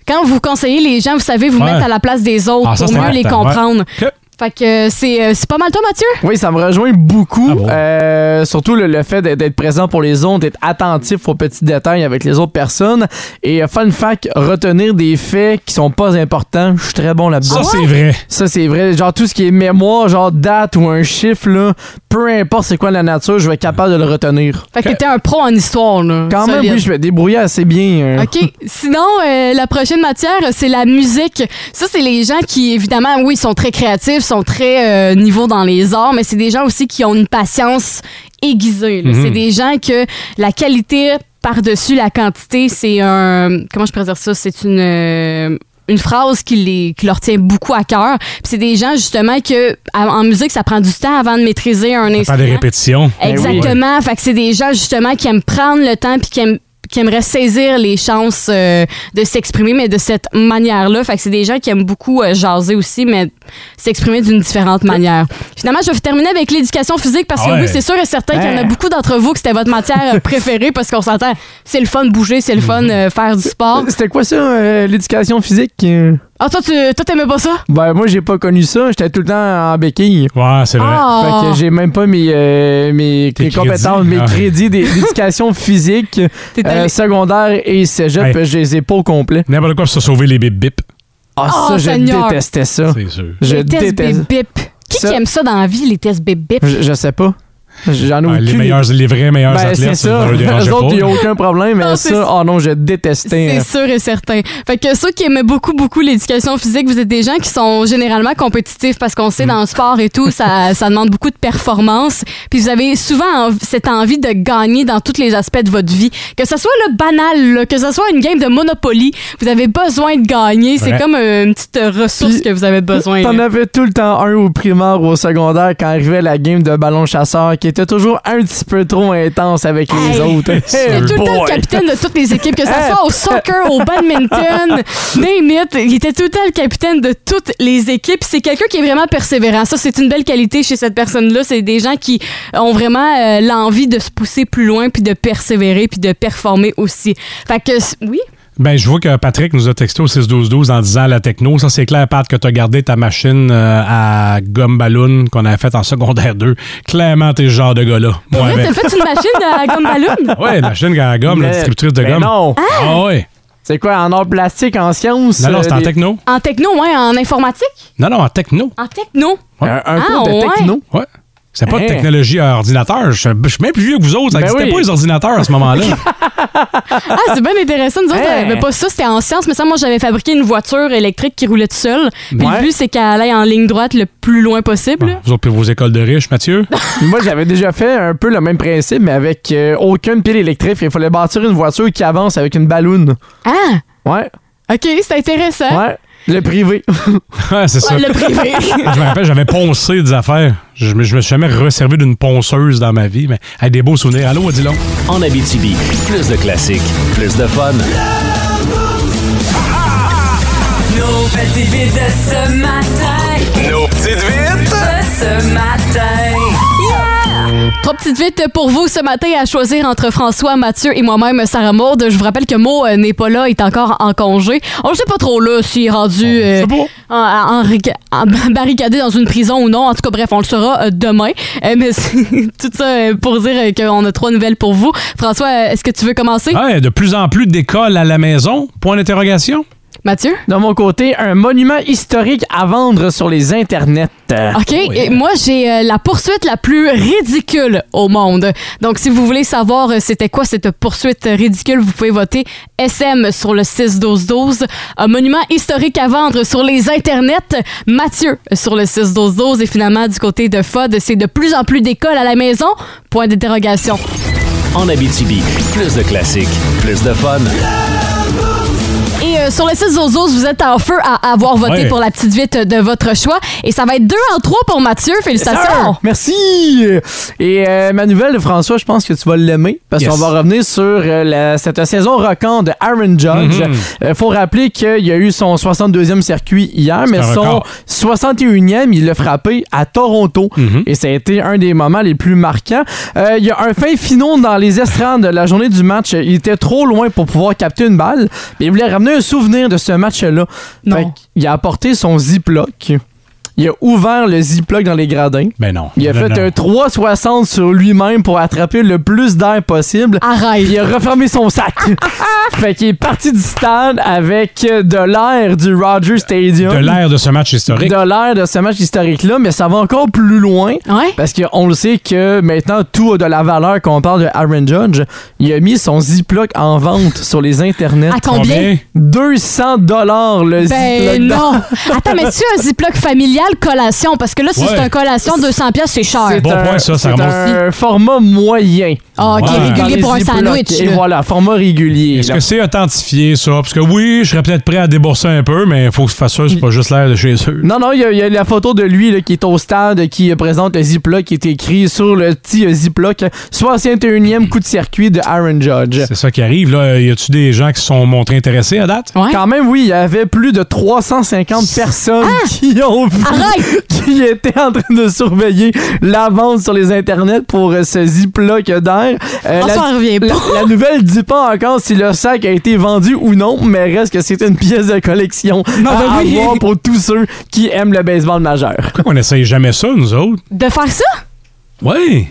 Speaker 3: Quand vous conseillez les gens, vous savez vous
Speaker 4: Ouais.
Speaker 3: mettre à la place des autres
Speaker 4: Ah, ça,
Speaker 3: pour
Speaker 4: c'est
Speaker 3: mieux les
Speaker 4: important, ouais.
Speaker 3: comprendre.
Speaker 4: OK.
Speaker 3: Fait que euh, c'est euh, c'est pas mal toi, Mathieu?
Speaker 5: Oui, ça me rejoint beaucoup.
Speaker 4: Ah bon?
Speaker 5: Euh, surtout le, le fait d'être d'être présent pour les autres, d'être attentif aux petits détails avec les autres personnes. Et euh, fun fact, retenir des faits qui sont pas importants, je suis très bon là-dedans.
Speaker 3: Ah
Speaker 4: Ça, c'est vrai.
Speaker 5: Ça, c'est vrai. Genre, tout ce qui est mémoire, genre date ou un chiffre, là, peu importe c'est quoi la nature, je vais être capable de le retenir.
Speaker 3: Fait que t'étais un pro en histoire, là.
Speaker 5: Quand même,
Speaker 3: Solide.
Speaker 5: oui, je vais débrouiller assez bien. euh.
Speaker 3: OK. Sinon, euh, la prochaine matière, c'est la musique. Ça, c'est les gens qui, évidemment, oui, sont très créatifs, sont très euh, niveau dans les arts, mais c'est des gens aussi qui ont une patience aiguisée. là. C'est des gens que la qualité par-dessus la quantité, c'est un... Comment je pourrais dire ça? C'est une... euh, une phrase qui, les, qui leur tient beaucoup à cœur. Puis c'est des gens, justement, que à- en musique, ça prend du temps avant de maîtriser un
Speaker 4: Faire des
Speaker 3: instrument.
Speaker 4: répétitions.
Speaker 3: Exactement. Fait que c'est des gens, justement, qui aiment prendre le temps puis qui aiment qui aimeraient saisir les chances euh, de s'exprimer, mais de cette manière-là. Fait que c'est des gens qui aiment beaucoup euh, jaser aussi, mais s'exprimer d'une différente manière. Finalement, je vais terminer avec l'éducation physique parce que
Speaker 4: Ah ouais.
Speaker 3: oui, c'est sûr et certain qu'il y en a
Speaker 5: Ouais.
Speaker 3: beaucoup d'entre vous que c'était votre matière euh, préférée parce qu'on s'entend, c'est le fun de bouger, c'est le fun
Speaker 5: Mhm.
Speaker 3: euh, faire du sport.
Speaker 5: C'était quoi ça, euh, l'éducation physique? Euh,
Speaker 3: Ah, toi, tu toi, t'aimais pas ça?
Speaker 5: Ben, moi, j'ai pas connu ça. J'étais tout le temps en béquille.
Speaker 4: Ouais, c'est vrai.
Speaker 3: Ah!
Speaker 5: Fait que j'ai même pas mes, euh, mes
Speaker 4: Tes
Speaker 5: mes compétences,
Speaker 4: crédits,
Speaker 5: mes
Speaker 4: ah.
Speaker 5: crédits d'é- d'éducation physique,
Speaker 3: T'es
Speaker 5: euh,
Speaker 3: allé-
Speaker 5: secondaire et cégep, ben,
Speaker 4: Hey.
Speaker 5: je les ai pas au complet.
Speaker 4: N'importe quoi pour se sauver les bip-bip.
Speaker 5: Ah,
Speaker 3: Oh,
Speaker 5: ça, je
Speaker 3: Seigneur.
Speaker 5: détestais ça.
Speaker 4: C'est sûr.
Speaker 5: Je
Speaker 3: les tests
Speaker 5: déteste.
Speaker 3: bip-bip. Qui,
Speaker 5: Ça-
Speaker 3: qui aime ça dans la vie, les tests bip-bip?
Speaker 5: Je, je sais pas. J'en ai
Speaker 4: Ah,
Speaker 5: aucune
Speaker 4: les,
Speaker 5: idée.
Speaker 4: meilleurs, les vrais meilleurs
Speaker 5: Ben, c'est
Speaker 4: athlètes,
Speaker 5: ça.
Speaker 4: ne leur dérangeait
Speaker 5: Les autres, il n'y a
Speaker 4: pas.
Speaker 5: aucun problème,
Speaker 3: Non,
Speaker 5: mais
Speaker 3: c'est ça.
Speaker 5: ça, oh non, je détestais.
Speaker 3: C'est sûr et certain. Fait que ceux qui aimaient beaucoup, beaucoup l'éducation physique, vous êtes des gens qui sont généralement compétitifs parce qu'on
Speaker 5: Mm.
Speaker 3: sait dans le sport et tout, ça, ça demande beaucoup de performance. Puis vous avez souvent en- cette envie de gagner dans tous les aspects de votre vie. Que ce soit le banal, là, que ce soit une game de Monopoly, vous avez besoin de gagner. C'est
Speaker 4: Ouais.
Speaker 3: comme euh, une petite euh, ressource
Speaker 5: Puis,
Speaker 3: que vous avez besoin.
Speaker 5: T'en
Speaker 3: là.
Speaker 5: avais tout le temps un au primaire ou au secondaire quand arrivait la game de ballon chasseur qui était toujours un petit peu trop intense avec les
Speaker 3: Hey.
Speaker 5: autres.
Speaker 3: Il y a
Speaker 5: Hey,
Speaker 3: tout le temps
Speaker 5: boy.
Speaker 3: le capitaine de toutes les équipes, que ce soit au soccer, au badminton, name it. Il était tout le temps le capitaine de toutes les équipes. C'est quelqu'un qui est vraiment persévérant. Ça, c'est une belle qualité chez cette personne-là. C'est des gens qui ont vraiment euh, l'envie de se pousser plus loin, puis de persévérer, puis de performer aussi. Fait que, c- oui.
Speaker 4: Ben, je vois que Patrick nous a texté au 6-12-12 en disant la techno. Ça, c'est clair, Pat, que tu as gardé ta machine euh, à gomme ballon qu'on avait faite en secondaire 2. Clairement, t'es ce genre de gars-là. Moi,
Speaker 3: Là,
Speaker 4: avec.
Speaker 3: t'as fait une machine euh, à gomme ballon?
Speaker 4: Ouais, machine à gomme, la
Speaker 5: Mais-
Speaker 4: distributrice de
Speaker 5: mais
Speaker 4: gomme.
Speaker 5: non.
Speaker 4: Ah ouais.
Speaker 5: C'est quoi, en or plastique, en sciences?
Speaker 4: Non, non, c'est
Speaker 5: euh,
Speaker 4: en
Speaker 5: des-
Speaker 4: techno.
Speaker 3: En techno, ouais, en informatique?
Speaker 4: Non, non, en techno.
Speaker 3: En techno.
Speaker 5: Un, un
Speaker 3: Ah,
Speaker 5: cours de
Speaker 3: ouais.
Speaker 5: techno.
Speaker 4: Ouais. C'est pas de
Speaker 5: Hein?
Speaker 4: technologie à ordinateur. Je je suis même plus vieux que vous autres. Ça
Speaker 5: Ben
Speaker 4: n'existait
Speaker 5: oui.
Speaker 4: pas les ordinateurs à ce moment-là.
Speaker 3: Ah, c'est bien intéressant. Nous autres,
Speaker 5: Hey.
Speaker 3: on avait pas ça, c'était en sciences, mais ça, moi, j'avais fabriqué une voiture électrique qui roulait toute seule. Puis
Speaker 5: Ouais.
Speaker 3: le but, c'est qu'elle allait en ligne droite le plus loin possible.
Speaker 4: Bon, vous autres, puis vos écoles de riches, Mathieu.
Speaker 5: Moi, j'avais déjà fait un peu le même principe, mais avec euh, aucune pile électrique. Il fallait bâtir une voiture qui avance avec une balloune.
Speaker 3: Ah!
Speaker 5: Ouais,
Speaker 3: OK, c'est intéressant.
Speaker 5: ouais. Le privé.
Speaker 4: Ouais, Ah, c'est ça.
Speaker 3: Ouais, le privé.
Speaker 4: Je me rappelle, j'avais poncé des affaires. Je, me- je me suis jamais resservi d'une ponceuse dans ma vie, mais avec des beaux souvenirs. Allô, Odilon?
Speaker 2: En Abitibi, plus de classiques, plus de fun.
Speaker 8: Nos petites vites de ce matin.
Speaker 2: Nos petites vites!
Speaker 8: De ce matin.
Speaker 3: Trois petites vites pour vous ce matin à choisir entre François, Mathieu et moi-même, Sarah Maud. Je vous rappelle que Mo euh, n'est pas là, il est encore en congé. On ne sait pas trop là s'il est rendu euh, en, en- en rica- en barricadé dans une prison ou non. En tout cas, bref, on le saura euh, demain. Euh, mais c'est tout ça euh, pour dire euh, qu'on a trois nouvelles pour vous. François, euh, est-ce que tu veux commencer?
Speaker 4: Ouais, de plus en plus d'écoles à la maison? Point d'interrogation?
Speaker 3: Mathieu?
Speaker 5: De mon côté, un monument historique à vendre sur les internets. Euh,
Speaker 3: OK, et moi j'ai euh, la poursuite la plus ridicule au monde. Donc si vous voulez savoir euh, c'était quoi cette poursuite euh, ridicule, vous pouvez voter SM sur le 6 12 12, un monument historique à vendre sur les internets, Mathieu sur le 6 12 12 et finalement du côté de Fod, c'est de plus en plus d'écoles à la maison. Point d'interrogation.
Speaker 2: En Abitibi, plus de classiques, plus de fun.
Speaker 3: Et euh, sur le 6 12 12, vous êtes en feu à avoir voté
Speaker 4: Ouais.
Speaker 3: pour la petite vite de votre choix et ça va être 2 en 3 pour Mathieu. Félicitations.
Speaker 5: Merci! Et euh, ma nouvelle, François, je pense que tu vas l'aimer parce
Speaker 4: Yes.
Speaker 5: qu'on va revenir sur euh, la- cette saison record de Aaron Judge.
Speaker 4: Mhm.
Speaker 5: Euh, faut rappeler qu'il y a eu son 62e circuit hier, mais
Speaker 4: un
Speaker 5: son
Speaker 4: record.
Speaker 5: 61e, il l'a frappé à Toronto.
Speaker 4: Mhm.
Speaker 5: Et ça a été un des moments les plus marquants. Euh, Il y a un fin finon dans les estrades la journée du match. Il était trop loin pour pouvoir capter une balle. Mais il voulait ramener un souvenir de ce match-là.
Speaker 3: Non.
Speaker 5: Fait qu'il a apporté son ziploc. Il a ouvert le ziploc dans les gradins.
Speaker 4: Ben non.
Speaker 5: Il a
Speaker 4: Non,
Speaker 5: fait
Speaker 4: non.
Speaker 5: un 360 sur lui-même pour attraper le plus d'air possible.
Speaker 3: Arrête.
Speaker 5: Il a refermé son sac.
Speaker 3: Ah,
Speaker 5: fait qu'il est parti du stade avec euh, de l'air du Rogers Stadium.
Speaker 4: De l'air de ce match historique.
Speaker 5: De l'air de ce match historique-là, mais ça va encore plus loin.
Speaker 3: Ouais.
Speaker 5: Parce qu'on le sait que maintenant, tout a de la valeur quand on parle de Aaron Judge. Il a mis son Ziploc en vente sur les internets.
Speaker 3: À combien?
Speaker 5: 200 dollars le
Speaker 3: Ah. Ben
Speaker 5: Ziploc. dans-
Speaker 3: non! Attends, mais tu as un Ziploc familial collation? Parce que là, si
Speaker 4: Ouais.
Speaker 3: c'est un collation, 200 pièces c'est cher.
Speaker 5: Ah, C'est
Speaker 4: Bon
Speaker 5: un-
Speaker 4: point, ça, ça
Speaker 5: C'est
Speaker 4: remonte.
Speaker 5: un format moyen.
Speaker 3: Ah, OK,
Speaker 4: Ouais.
Speaker 5: Dans
Speaker 3: régulier
Speaker 5: les
Speaker 3: pour un
Speaker 5: Ziplocs.
Speaker 3: sandwich.
Speaker 5: Et
Speaker 3: là.
Speaker 5: voilà, format régulier.
Speaker 4: Est-ce
Speaker 5: là.
Speaker 4: que c'est authentifié, ça? Parce que oui, je serais peut-être prêt à débourser un peu, mais il faut que je fasse ça, c'est pas juste l'air de chez eux.
Speaker 5: Non, non, il y, a- il y a la photo de lui là, qui est au stade, qui euh, présente le Ziploc, qui est écrit sur le petit euh, Ziploc, 61e coup de circuit de Aaron Judge.
Speaker 4: C'est ça qui arrive, là. Y a-tu des gens qui se sont montrés intéressés à date?
Speaker 3: Ouais.
Speaker 5: Quand même, oui, il y avait plus de 350 personnes
Speaker 3: Ah!
Speaker 5: qui ont vu,
Speaker 3: Arrête!
Speaker 5: qui étaient en train de surveiller la vente sur les internets pour euh, ce Ziploc d'air. Euh,
Speaker 3: François,
Speaker 5: la,
Speaker 3: on revient pas.
Speaker 5: la- la nouvelle dit pas encore si le sac a été vendu ou non, mais reste que c'est une pièce de collection
Speaker 3: Non, ben
Speaker 5: à
Speaker 3: oui.
Speaker 5: avoir pour tous ceux qui aiment le baseball majeur.
Speaker 4: Pourquoi on n'essaye jamais ça, nous autres?
Speaker 3: De faire ça?
Speaker 4: Oui!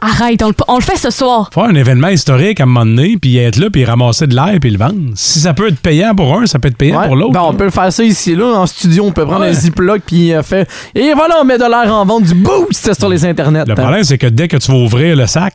Speaker 3: Arrête, on le, on le fait ce soir.
Speaker 4: Faire un événement historique à un moment donné, puis être là, puis ramasser de l'air, puis le vendre. Si ça peut être payant pour un, ça peut être payant
Speaker 5: Ouais.
Speaker 4: pour l'autre.
Speaker 5: Ben, on peut le faire ça ici, là, en studio. On peut prendre
Speaker 4: Ouais.
Speaker 5: un Ziploc puis euh, faire. Et voilà, on met de l'air en vente, du boost sur les internets.
Speaker 4: Le problème, c'est que dès que tu vas ouvrir le sac,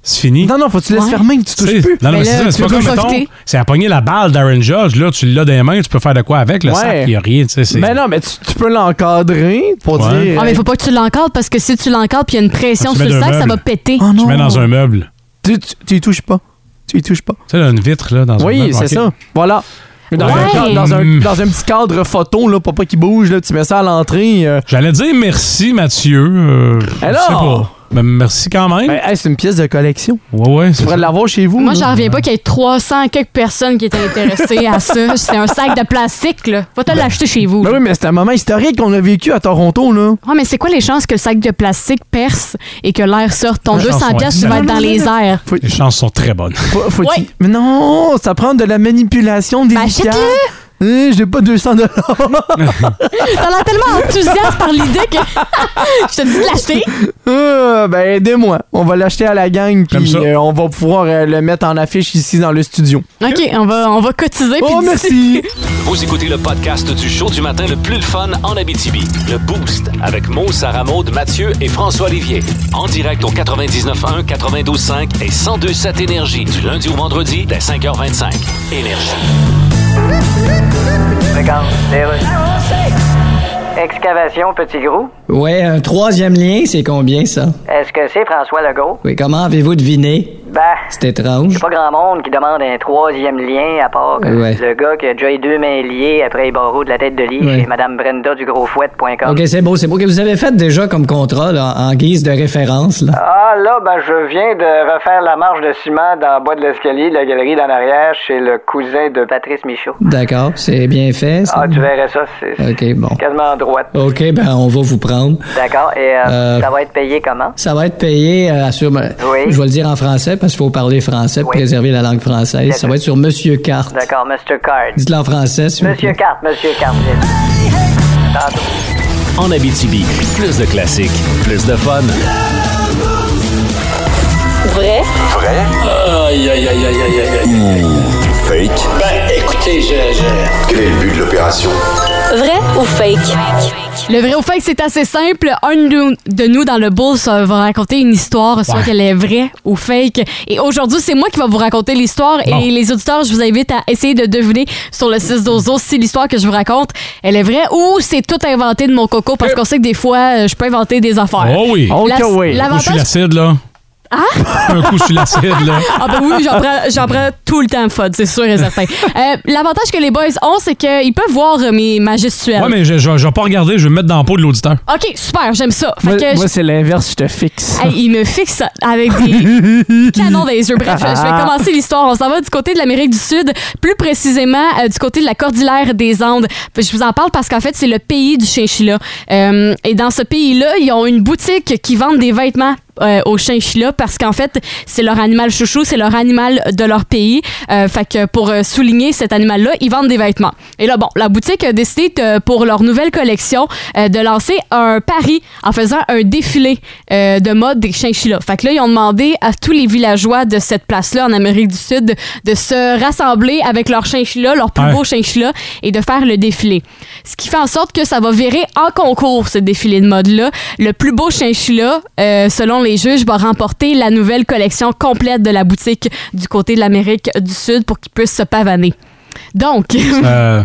Speaker 4: c'est fini.
Speaker 5: Non, non, faut que tu laisses
Speaker 3: Ouais.
Speaker 5: fermer, tu touches
Speaker 4: Tu sais,
Speaker 5: plus.
Speaker 4: Non, non,
Speaker 3: Mais
Speaker 4: mais c'est
Speaker 3: là,
Speaker 4: ça, mais c'est
Speaker 3: tu
Speaker 4: pas
Speaker 3: peux
Speaker 4: comme, mettons,
Speaker 3: profiter.
Speaker 4: c'est à pogner la balle d'Aaron Judge, là, tu l'as dans les mains, tu peux faire de quoi avec le
Speaker 5: Ouais.
Speaker 4: sac, il n'y a rien, tu sais, c'est...
Speaker 5: Mais non, mais tu, tu peux l'encadrer pour
Speaker 4: Ouais.
Speaker 5: dire.
Speaker 3: Ah, mais
Speaker 5: euh,
Speaker 3: faut pas que tu l'encadres parce que si tu l'encadres puis il y a une pression
Speaker 4: Ah, tu
Speaker 3: sur
Speaker 4: mets
Speaker 3: le
Speaker 4: deux
Speaker 3: sac, ça
Speaker 4: meubles.
Speaker 3: va péter.
Speaker 5: Oh
Speaker 4: Tu
Speaker 5: non.
Speaker 4: mets dans un meuble.
Speaker 5: Tu, tu, tu y touches pas. Tu y touches pas.
Speaker 4: Tu sais, là, une vitre, là, dans un
Speaker 5: Oui,
Speaker 4: meuble.
Speaker 5: c'est
Speaker 4: ok.
Speaker 5: ça. Voilà. Mais Dans, un,
Speaker 3: Ouais.
Speaker 5: cadre- dans, un,
Speaker 4: Mm.
Speaker 5: dans un petit cadre photo, là, pour pas qu'il bouge, là, tu mets ça à l'entrée. euh,
Speaker 4: J'allais dire merci, Mathieu. euh, je sais
Speaker 5: Alors?
Speaker 4: pas. Ben, merci quand même.
Speaker 5: Ben, hey, c'est une pièce de collection.
Speaker 4: ouais, ouais.
Speaker 5: Tu
Speaker 4: c'est
Speaker 5: pourrais
Speaker 4: ça.
Speaker 5: l'avoir chez vous.
Speaker 3: Moi,
Speaker 5: là.
Speaker 3: j'en reviens pas qu'il y ait 300 quelques personnes qui étaient intéressées à ça. C'est un sac de plastique, là. Va te l'acheter chez vous.
Speaker 5: Ben
Speaker 3: là.
Speaker 5: oui, mais c'est un moment historique qu'on a vécu à Toronto, là.
Speaker 3: Ah, mais c'est quoi les chances que le sac de plastique perce et que l'air sorte? Ton
Speaker 4: Les chances
Speaker 3: 200
Speaker 4: sont
Speaker 3: pièces, tu vas être dans les airs.
Speaker 5: Faut,
Speaker 4: Les chances sont très bonnes.
Speaker 5: faut- faut-
Speaker 3: Ouais.
Speaker 5: Mais non, ça prend de la manipulation des
Speaker 3: Ben, achète-le!
Speaker 5: J'ai pas 200
Speaker 3: T'as l'air tellement enthousiaste par l'idée que je te dis de l'acheter.
Speaker 5: Euh, ben aidez-moi. On va l'acheter à la gang
Speaker 4: Comme
Speaker 5: puis
Speaker 4: ça.
Speaker 5: euh, on va pouvoir euh, le mettre en affiche ici dans le studio.
Speaker 3: OK, on va, on va cotiser. puis
Speaker 5: Oh
Speaker 3: d'ici-
Speaker 5: merci.
Speaker 2: Vous écoutez le podcast du show du matin le plus le fun en Abitibi. Le Boost avec Mo, Sarah Maud, Mathieu et François Olivier. En direct au 99.1, 92.5 et 102.7 Énergie du lundi au vendredi dès 5h25. Énergie.
Speaker 9: Excavation Petit Gros.
Speaker 7: Ouais, un troisième lien, c'est combien ça?
Speaker 9: Est-ce que c'est François Legault?
Speaker 7: Oui, comment avez-vous deviné?
Speaker 9: Ben,
Speaker 7: C'est étrange.
Speaker 9: c'est pas grand monde qui demande un troisième lien à part que
Speaker 7: Ouais.
Speaker 9: le gars qui a déjà eu deux mains liées après les barreaux de la tête de lit
Speaker 7: Ouais.
Speaker 9: chez Madame Brenda du grosfouette.com.
Speaker 7: OK, c'est beau, c'est beau. Que vous avez fait déjà comme contrat, là, en guise de référence, là.
Speaker 9: Ah là, ben je viens de refaire la marche de ciment dans le bas de l'escalier de la galerie d'en arrière chez le cousin de Patrice Michaud.
Speaker 7: D'accord, c'est bien fait, ça.
Speaker 9: Ah, tu verrais ça, c'est c'est
Speaker 7: OK, bon.
Speaker 9: quasiment en droite.
Speaker 7: OK, ben, on va vous prendre.
Speaker 9: D'accord, et euh,
Speaker 7: Euh,
Speaker 9: ça va être payé comment?
Speaker 7: Ça va être payé euh, sur...
Speaker 9: Oui.
Speaker 7: Je vais le dire en français parce qu'il faut parler français pour
Speaker 9: Oui.
Speaker 7: préserver la langue française. Ça va être sur Monsieur Carte.
Speaker 9: D'accord, Mr. Card.
Speaker 7: Dites-le en français, s'il vous
Speaker 9: Monsieur
Speaker 7: plaît.
Speaker 9: Card, Monsieur Card. Tantôt.
Speaker 2: En Abitibi, plus de classiques, plus de fun.
Speaker 1: Vrai,
Speaker 2: Aïe, aïe, aïe, aïe, aïe, aïe.
Speaker 10: Fake.
Speaker 2: Ben, écoutez, je...
Speaker 10: Quel est le but de l'opération
Speaker 1: vrai ou fake?
Speaker 3: Le vrai ou fake, c'est assez simple. Un de nous- de nous dans le bourse va raconter une histoire, soit
Speaker 4: Ouais.
Speaker 3: qu'elle est vraie ou fake. Et aujourd'hui, c'est moi qui va vous raconter l'histoire.
Speaker 4: Bon.
Speaker 3: Et les auditeurs, je vous invite à essayer de deviner sur le 6 12 si l'histoire que je vous raconte, elle est vraie ou c'est tout inventé de mon coco. Parce qu'on sait que des fois, euh, je peux inventer des affaires.
Speaker 4: Oh oui.
Speaker 5: Ok,
Speaker 3: La-
Speaker 5: oui.
Speaker 4: Un coup sur
Speaker 3: L'avantage...
Speaker 4: l'acide, là.
Speaker 3: Hein?
Speaker 4: Un coup sur l'acide, là.
Speaker 3: Ah ben oui, j'en prends, j'en prends tout le temps, Fod, c'est sûr et certain. Euh, L'avantage que les boys ont, c'est qu'ils peuvent voir euh, mes majestuels.
Speaker 4: Ouais, mais je, je, je vais pas regarder, je vais me mettre dans le pot de l'auditeur.
Speaker 3: OK, super, j'aime ça. Fait
Speaker 5: Moi,
Speaker 3: que je-
Speaker 5: moi, c'est l'inverse, je te fixe.
Speaker 3: Hey, il me fixe avec des canons dans les yeux. Bref, je
Speaker 5: Ah.
Speaker 3: vais commencer l'histoire. On s'en va du côté de l'Amérique du Sud, plus précisément euh, du côté de la cordillère des Andes. Je vous en parle parce qu'en fait, c'est le pays du chinchilla. Euh, et dans ce pays-là, ils ont une boutique qui vend des vêtements euh, aux chinchillas parce qu'en fait, c'est leur animal chouchou, c'est leur animal de leur pays. Euh, fait que pour euh, souligner cet animal-là, ils vendent des vêtements. Et là, bon, la boutique a décidé euh, pour leur nouvelle collection euh, de lancer un pari en faisant un défilé euh, de mode des chinchillas. Fait que là, ils ont demandé à tous les villageois de cette place-là en Amérique du Sud de se rassembler avec leurs chinchillas, leurs plus
Speaker 4: Ouais.
Speaker 3: beaux chinchillas, et de faire le défilé. Ce qui fait en sorte que ça va virer en concours, ce défilé de mode-là. Le plus beau chinchilla, euh, selon les juges, va remporter la nouvelle collection complète de la boutique du côté de l'Amérique du Sud pour qu'il puisse se pavaner. Donc,
Speaker 4: Euh,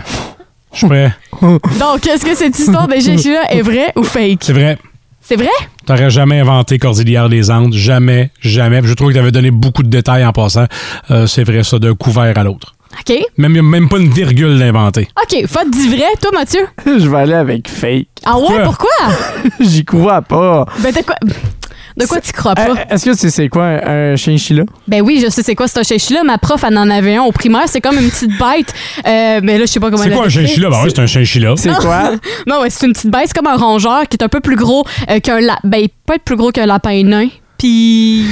Speaker 4: je suis prêt.
Speaker 3: donc est-ce que cette histoire des chinchillas est vraie ou fake?
Speaker 4: C'est vrai.
Speaker 3: C'est vrai?
Speaker 4: T'aurais jamais inventé Cordillère des Andes. Jamais, jamais. Puis Je trouve que t'avais donné beaucoup de détails en passant. Euh, c'est vrai, ça, d'un couvert à l'autre.
Speaker 3: OK.
Speaker 4: Même, y a même pas une virgule d'inventé.
Speaker 3: OK, Fod dit vrai, toi, Mathieu?
Speaker 5: je vais aller avec fake.
Speaker 3: Ah ouais,
Speaker 4: Pourquoi?
Speaker 3: pourquoi?
Speaker 5: J'y crois pas.
Speaker 3: Ben, de quoi... De quoi tu crois Ah, pas?
Speaker 5: Euh, Est-ce que tu sais c'est quoi un, un chinchilla?
Speaker 3: Ben oui, je sais c'est quoi ce chinchilla. Ma prof, elle en avait un au primaire. C'est comme une petite bête. Euh, mais là, je sais pas comment
Speaker 4: C'est
Speaker 3: elle
Speaker 4: quoi un
Speaker 3: l'a décrit.
Speaker 4: chinchilla? Ben ouais, c'est un chinchilla.
Speaker 5: C'est quoi?
Speaker 3: Non, ouais, c'est une petite bête. C'est comme un rongeur qui est un peu plus gros euh, qu'un lapin. Ben, il peut être plus gros qu'un lapin nain. Puis.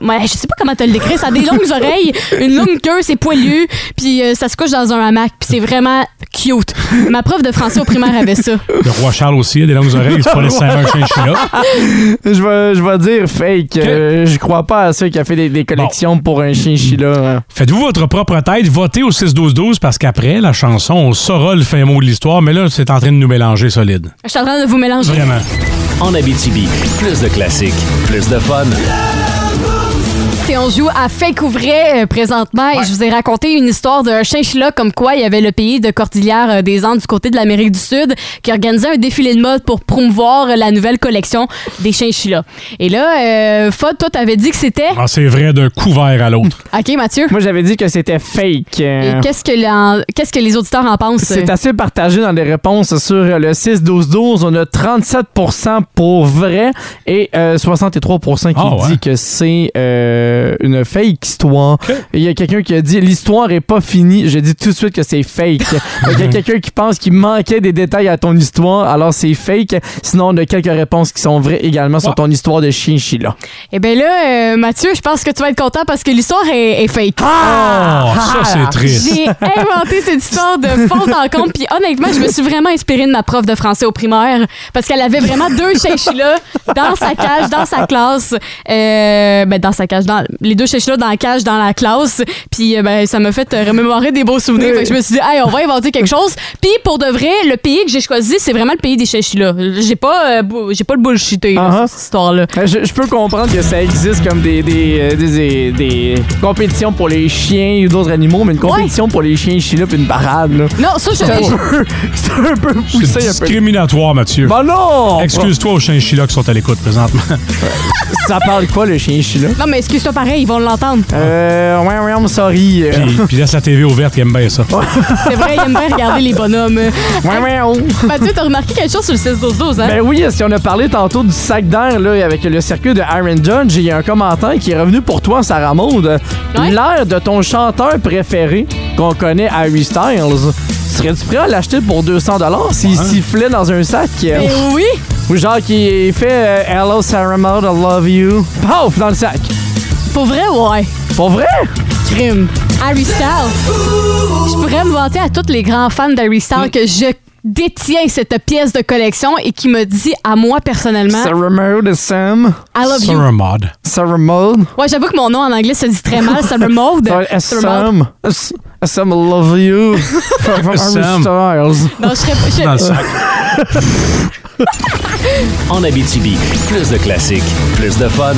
Speaker 3: Ouais, je sais pas comment te le décrire. Ça a des longues oreilles, une longue queue, c'est poilu, puis euh, ça se couche dans un hamac, puis c'est vraiment cute. Ma prof de français au primaire avait ça.
Speaker 4: Le roi Charles aussi a des longues oreilles. C'est pas nécessairement un chinchilla.
Speaker 5: Je vais, je vais dire fake. Euh, je crois pas à ceux qui a fait des, des collections pour un chinchilla.
Speaker 4: Faites-vous votre propre tête, votez au 6-12-12 parce qu'après la chanson, on saura le fin mot de l'histoire, mais là, c'est en train de nous mélanger solide.
Speaker 3: Je suis en train de vous mélanger.
Speaker 4: Vraiment.
Speaker 2: En Abitibi, plus de classiques, plus de fun.
Speaker 3: et on joue à Fake ou vrai euh, présentement. Et je vous ai raconté une histoire d'un chinchilla comme quoi il y avait le pays de Cordillère euh, des Andes du côté de l'Amérique du Sud qui organisait un défilé de mode pour promouvoir euh, la nouvelle collection des chinchillas. Et là, euh, Fod, toi, t'avais dit que c'était...
Speaker 4: Ah, c'est vrai d'un couvert à l'autre.
Speaker 3: OK, Mathieu?
Speaker 5: Moi, j'avais dit que c'était fake.
Speaker 3: Et
Speaker 5: Euh,
Speaker 3: qu'est-ce que, l'en- qu'est-ce que les auditeurs en pensent?
Speaker 5: C'est assez partagé dans les réponses sur le 6-12-12. On a 37 pour vrai et euh, 63 qui
Speaker 4: Ah ouais.
Speaker 5: dit que c'est euh, une fake histoire. Il y a quelqu'un qui a dit l'histoire est pas finie. Je dis tout de suite que c'est fake. Il y a quelqu'un qui pense qu'il manquait des détails à ton histoire, alors c'est fake. Sinon, on a quelques réponses qui sont vraies également sur
Speaker 4: Ouais.
Speaker 5: ton histoire de chinchilla.
Speaker 3: Eh bien là, euh, Mathieu, je pense que tu vas être content parce que l'histoire est, est fake.
Speaker 4: Ah, ça, c'est triste.
Speaker 3: J'ai inventé cette histoire de fond en compte. Puis honnêtement, je me suis vraiment inspirée de ma prof de français au primaire parce qu'elle avait vraiment deux chinchillas dans sa cage, dans sa classe. Euh, ben, dans sa cage, dans, les deux chinchillas dans la cage, dans la classe. Puis euh, ben, ça m'a fait euh, remémorer des beaux souvenirs. Fait que je me suis dit, hey, on va inventer quelque chose. Puis pour de vrai, le pays que j'ai choisi, c'est vraiment le pays des chinchillas. J'ai pas, euh, bou- j'ai pas le bullshité, là,
Speaker 5: Uh-huh.
Speaker 3: cette histoire-là.
Speaker 5: Euh, Je, je peux comprendre que ça existe comme des, des, euh, des, des- des compétitions pour les chiens ou d'autres animaux, mais une compétition pour les chiens chinois puis une parade, là.
Speaker 3: Non, ça, je
Speaker 5: C'est un peu- c'est un peu poussé, un
Speaker 4: C'est
Speaker 5: peu.
Speaker 4: discriminatoire, Mathieu.
Speaker 5: Bah non!
Speaker 4: Excuse-toi aux chinchillas qui sont à l'écoute présentement.
Speaker 5: Ça parle quoi, le chien chinois?
Speaker 3: Non, mais excuse-toi pareil, ils vont l'entendre.
Speaker 5: Euh, ouais, ouais, I'm sorry. euh,
Speaker 4: puis, puis laisse la TV ouverte, ils aiment bien ça.
Speaker 3: C'est vrai, ils aiment bien regarder les bonhommes.
Speaker 5: ouais, ouais, oh.
Speaker 3: Mathieu, t'as remarqué quelque chose sur le 6-12-12, hein?
Speaker 5: Ben oui, si on a parlé tantôt du sac d'air là, avec le circuit de Aaron Judge, il y a un commentaire qui est revenu pour toi, Sarah Maud.
Speaker 3: Ouais.
Speaker 5: L'air de ton chanteur préféré qu'on connaît, Harry Styles, serais-tu prêt à l'acheter pour 200 s'il sifflait dans un sac? euh,
Speaker 3: Mais Ben oui!
Speaker 5: Ou genre qui fait euh, Hello Sarah Maud, I love you. Paf! Dans le sac.
Speaker 3: Pour vrai, ouais.
Speaker 5: Pour vrai?
Speaker 3: Crime. Harry Styles. Je pourrais me vanter à tous les grands fans d'Harry Styles que je détiens cette pièce de collection et qui me dit à moi personnellement,
Speaker 5: Sarah Maud et Sam.
Speaker 3: I love you.
Speaker 4: Sarah Maud.
Speaker 5: Sarah Maud.
Speaker 3: Ouais, j'avoue que mon nom en anglais se dit très mal, ça me mode.
Speaker 5: Euh, Sam. S- Sam, I love you. From from
Speaker 4: Sam.
Speaker 5: Harry Styles.
Speaker 3: Non, je serais pas. je-
Speaker 4: Dans le sac.
Speaker 2: En Abitibi, plus de classiques, plus de fun.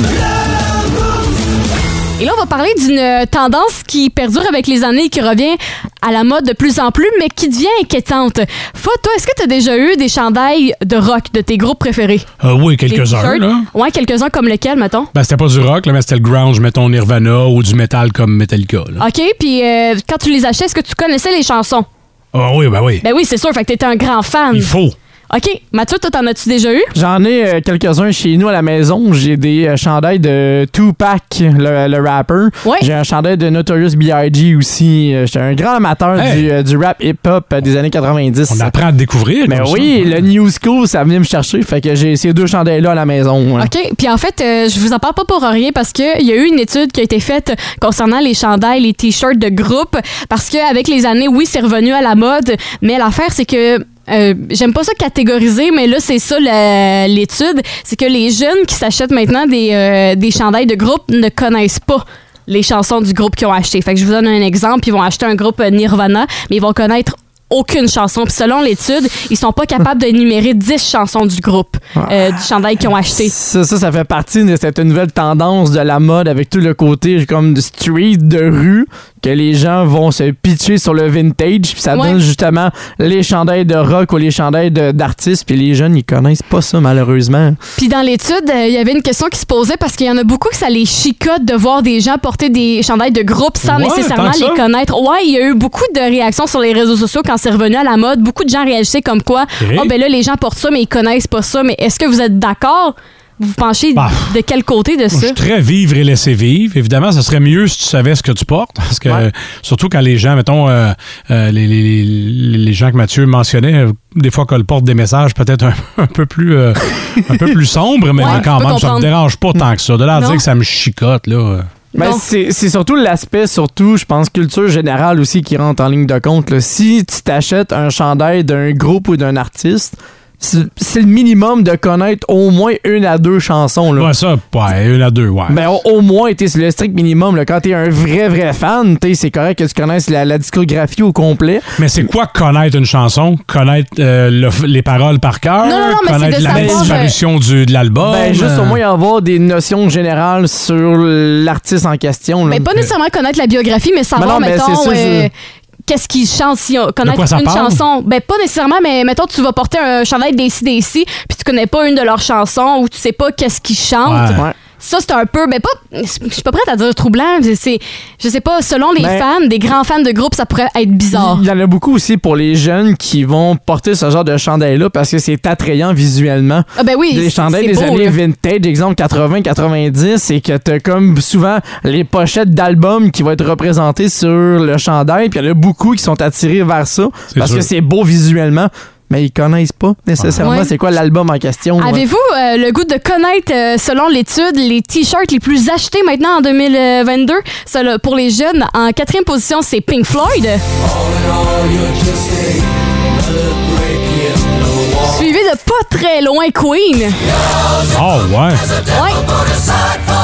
Speaker 3: Et là, on va parler d'une euh, tendance qui perdure avec les années et qui revient à la mode de plus en plus, mais qui devient inquiétante. Faut, toi, est-ce que tu as déjà eu des chandails de rock de tes groupes préférés?
Speaker 4: Euh, oui,
Speaker 3: Des
Speaker 4: quelques-uns,
Speaker 3: t-shirts?
Speaker 4: là.
Speaker 3: Ouais, quelques-uns comme lequel, mettons?
Speaker 4: Ben, c'était pas du rock, là, mais c'était le grunge, mettons Nirvana ou du métal comme Metallica. Là.
Speaker 3: OK, puis euh, quand tu les achetais, est-ce que tu connaissais les chansons?
Speaker 4: Ah oui, ben oui.
Speaker 3: Ben oui, c'est sûr, fait que t'étais un grand fan.
Speaker 4: Il faut.
Speaker 3: OK, Mathieu, toi, t'en as-tu déjà eu?
Speaker 5: J'en ai euh, quelques-uns chez nous à la maison. J'ai des euh, chandails de Tupac, le, le rapper.
Speaker 3: Ouais.
Speaker 5: J'ai un chandail de Notorious B.I.G. aussi. Euh, J'étais un grand amateur
Speaker 4: Hey.
Speaker 5: du, euh, du rap hip-hop euh, des années 90.
Speaker 4: On apprend à te découvrir.
Speaker 5: Mais
Speaker 4: comme ça.
Speaker 5: Ben oui, le New School, ça venait me chercher. Fait que j'ai ces deux chandails-là à la maison. hein.
Speaker 3: OK. Puis en fait, euh, je vous en parle pas pour rien parce qu'il y a eu une étude qui a été faite concernant les chandails, les t-shirts de groupe. Parce qu'avec les années, oui, c'est revenu à la mode. Mais l'affaire, c'est que. euh, J'aime pas ça catégoriser, mais là, c'est ça la- l'étude. C'est que les jeunes qui s'achètent maintenant des, euh, des chandails de groupe ne connaissent pas les chansons du groupe qu'ils ont acheté. Fait que je vous donne un exemple. Ils vont acheter un groupe euh, Nirvana, mais ils vont connaître aucune chanson. Puis selon l'étude, ils sont pas capables d'énumérer 10 chansons du groupe, euh, du chandail qu'ils ont acheté.
Speaker 5: Ça, ça, ça fait partie de cette nouvelle tendance de la mode avec tout le côté comme de street, de rue, que les gens vont se pitcher sur le vintage, puis ça
Speaker 3: Ouais.
Speaker 5: donne justement les chandails de rock ou les chandails de- d'artistes, puis les jeunes, ils connaissent pas ça malheureusement.
Speaker 3: Puis dans l'étude, euh, il y avait une question qui se posait parce qu'il y en a beaucoup que ça les chicote de voir des gens porter des chandails de groupe sans
Speaker 4: Ouais,
Speaker 3: nécessairement
Speaker 4: tant que
Speaker 3: les
Speaker 4: ça.
Speaker 3: connaître. Ouais, il y a eu beaucoup de réactions sur les réseaux sociaux quand c'est revenu à la mode. Beaucoup de gens réagissaient comme quoi,
Speaker 4: Eh?
Speaker 3: oh ben là les gens portent ça mais ils connaissent pas ça. Mais est-ce que vous êtes d'accord? Vous penchez
Speaker 4: Bah.
Speaker 3: de quel côté de
Speaker 4: Moi, Je
Speaker 3: ça?
Speaker 4: suis très vivre et laisser vivre. Évidemment, ça serait mieux si tu savais ce que tu portes. Parce que, euh, surtout quand les gens, mettons, euh, euh, les, les- les- les gens que Mathieu mentionnait, euh, des fois qu'elle porte des messages peut-être un, un peu plus euh, un peu plus sombres, mais
Speaker 3: Ouais,
Speaker 4: quand
Speaker 3: je peux
Speaker 4: même, ça
Speaker 3: comprendre.
Speaker 4: me dérange pas tant que ça. De là à
Speaker 3: Non.
Speaker 4: dire que ça me chicote, là. euh,
Speaker 5: Ben,
Speaker 3: Donc-
Speaker 5: c'est c'est surtout l'aspect, surtout, je pense, culture générale aussi qui rentre en ligne de compte. là. Si tu t'achètes un chandail d'un groupe ou d'un artiste, c'est c'est le minimum de connaître au moins une à deux chansons. Là.
Speaker 4: Ouais, ça, ouais, une à deux, ouais.
Speaker 5: Mais Ben, au, au moins, t'es sur le strict minimum. Là. Quand t'es un vrai, vrai fan, t'es, c'est correct que tu connaisses la, la discographie au complet.
Speaker 4: Mais c'est quoi connaître une chanson? Connaître euh, le- les paroles par cœur?
Speaker 3: Non, non, non, mais c'est
Speaker 4: connaître
Speaker 3: de
Speaker 4: la
Speaker 3: savoir, euh,
Speaker 4: disparition du, de l'album?
Speaker 5: Ben, juste
Speaker 4: euh,
Speaker 5: au moins avoir des notions générales sur l'artiste en question. là.
Speaker 3: Mais Ben, pas nécessairement connaître la biographie, mais savoir,
Speaker 5: non, mais
Speaker 3: mettons,
Speaker 5: c'est ça,
Speaker 3: euh,
Speaker 5: je-
Speaker 3: qu'est-ce qu'il chante, si on connaît
Speaker 4: quoi ça
Speaker 3: une
Speaker 4: parle?
Speaker 3: chanson. Ben, pas nécessairement, mais mettons, tu vas porter un chandail des CDC, puis tu connais pas une de leurs chansons, ou tu sais pas qu'est-ce qu'ils chantent.
Speaker 4: Ouais.
Speaker 5: Ouais.
Speaker 3: Ça, c'est un peu, mais pas, je suis pas prête à dire troublant, c'est- c'est, je sais pas, selon les
Speaker 5: Ben-
Speaker 3: fans, des grands fans de groupe, ça pourrait être bizarre.
Speaker 5: Il y en a beaucoup aussi pour les jeunes qui vont porter ce genre de chandail-là parce que c'est attrayant visuellement.
Speaker 3: Ah ben oui,
Speaker 5: les
Speaker 3: c'est-
Speaker 5: chandails
Speaker 3: c'est
Speaker 5: des
Speaker 3: beau,
Speaker 5: années
Speaker 3: là.
Speaker 5: vintage, exemple 80-90, c'est que t'as comme souvent les pochettes d'albums qui vont être représentées sur le chandail, puis il y en a beaucoup qui sont attirés vers ça
Speaker 4: C'est
Speaker 5: parce
Speaker 4: sûr.
Speaker 5: que c'est beau visuellement, mais ils connaissent pas nécessairement
Speaker 3: Ouais.
Speaker 5: c'est quoi l'album en question. hein. ouais.
Speaker 3: Avez-vous euh, le goût de connaître, euh, selon l'étude, les t-shirts les plus achetés maintenant en 2022? Ça, là, pour les jeunes, en quatrième position, c'est Pink Floyd. Suivi de pas très loin Queen.
Speaker 4: Oh, ouais.
Speaker 3: Ouais.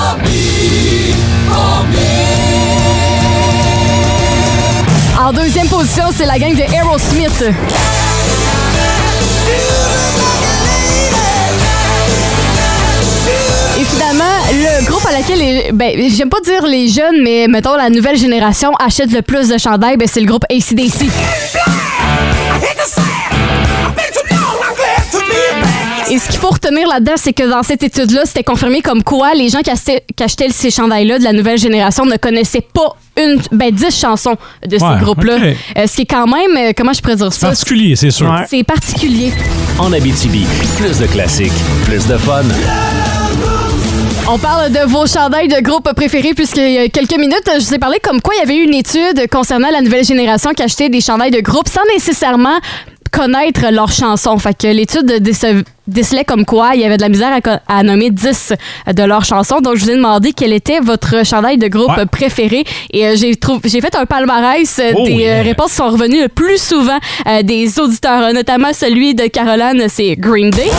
Speaker 3: En deuxième position, c'est la gang de Aerosmith. Et finalement, le groupe à laquelle, les- ben, j'aime pas dire les jeunes, mais mettons la nouvelle génération achète le plus de chandails, ben, c'est le groupe ACDC. Et ce qu'il faut retenir là-dedans, c'est que dans cette étude-là, c'était confirmé comme quoi les gens qui achetaient, qui achetaient ces chandails-là de la nouvelle génération ne connaissaient pas une, ben, 10 chansons de
Speaker 4: Ouais,
Speaker 3: ce groupe-là.
Speaker 4: ok.
Speaker 3: Euh, ce qui est quand même, euh, comment je pourrais dire ça?
Speaker 4: Particulier, c'est sûr.
Speaker 5: Ouais.
Speaker 3: C'est particulier.
Speaker 2: En Abitibi, plus de classiques, plus de fun.
Speaker 3: On parle de vos chandails de groupe préférés puisque il y a quelques minutes, je vous ai parlé comme quoi il y avait eu une étude concernant la nouvelle génération qui achetait des chandails de groupe sans nécessairement connaître leurs chansons. Fait que l'étude déce- décelait comme quoi il y avait de la misère à, co- à nommer 10 de leurs chansons. Donc, je vous ai demandé quel était votre chandail de groupe
Speaker 4: Ouais.
Speaker 3: préféré. Et euh, j'ai trouv- j'ai fait un palmarès euh,
Speaker 4: Oh,
Speaker 3: des euh,
Speaker 4: yeah.
Speaker 3: réponses qui sont revenues le plus souvent euh, des auditeurs, euh, notamment celui de Caroline, c'est Green Day.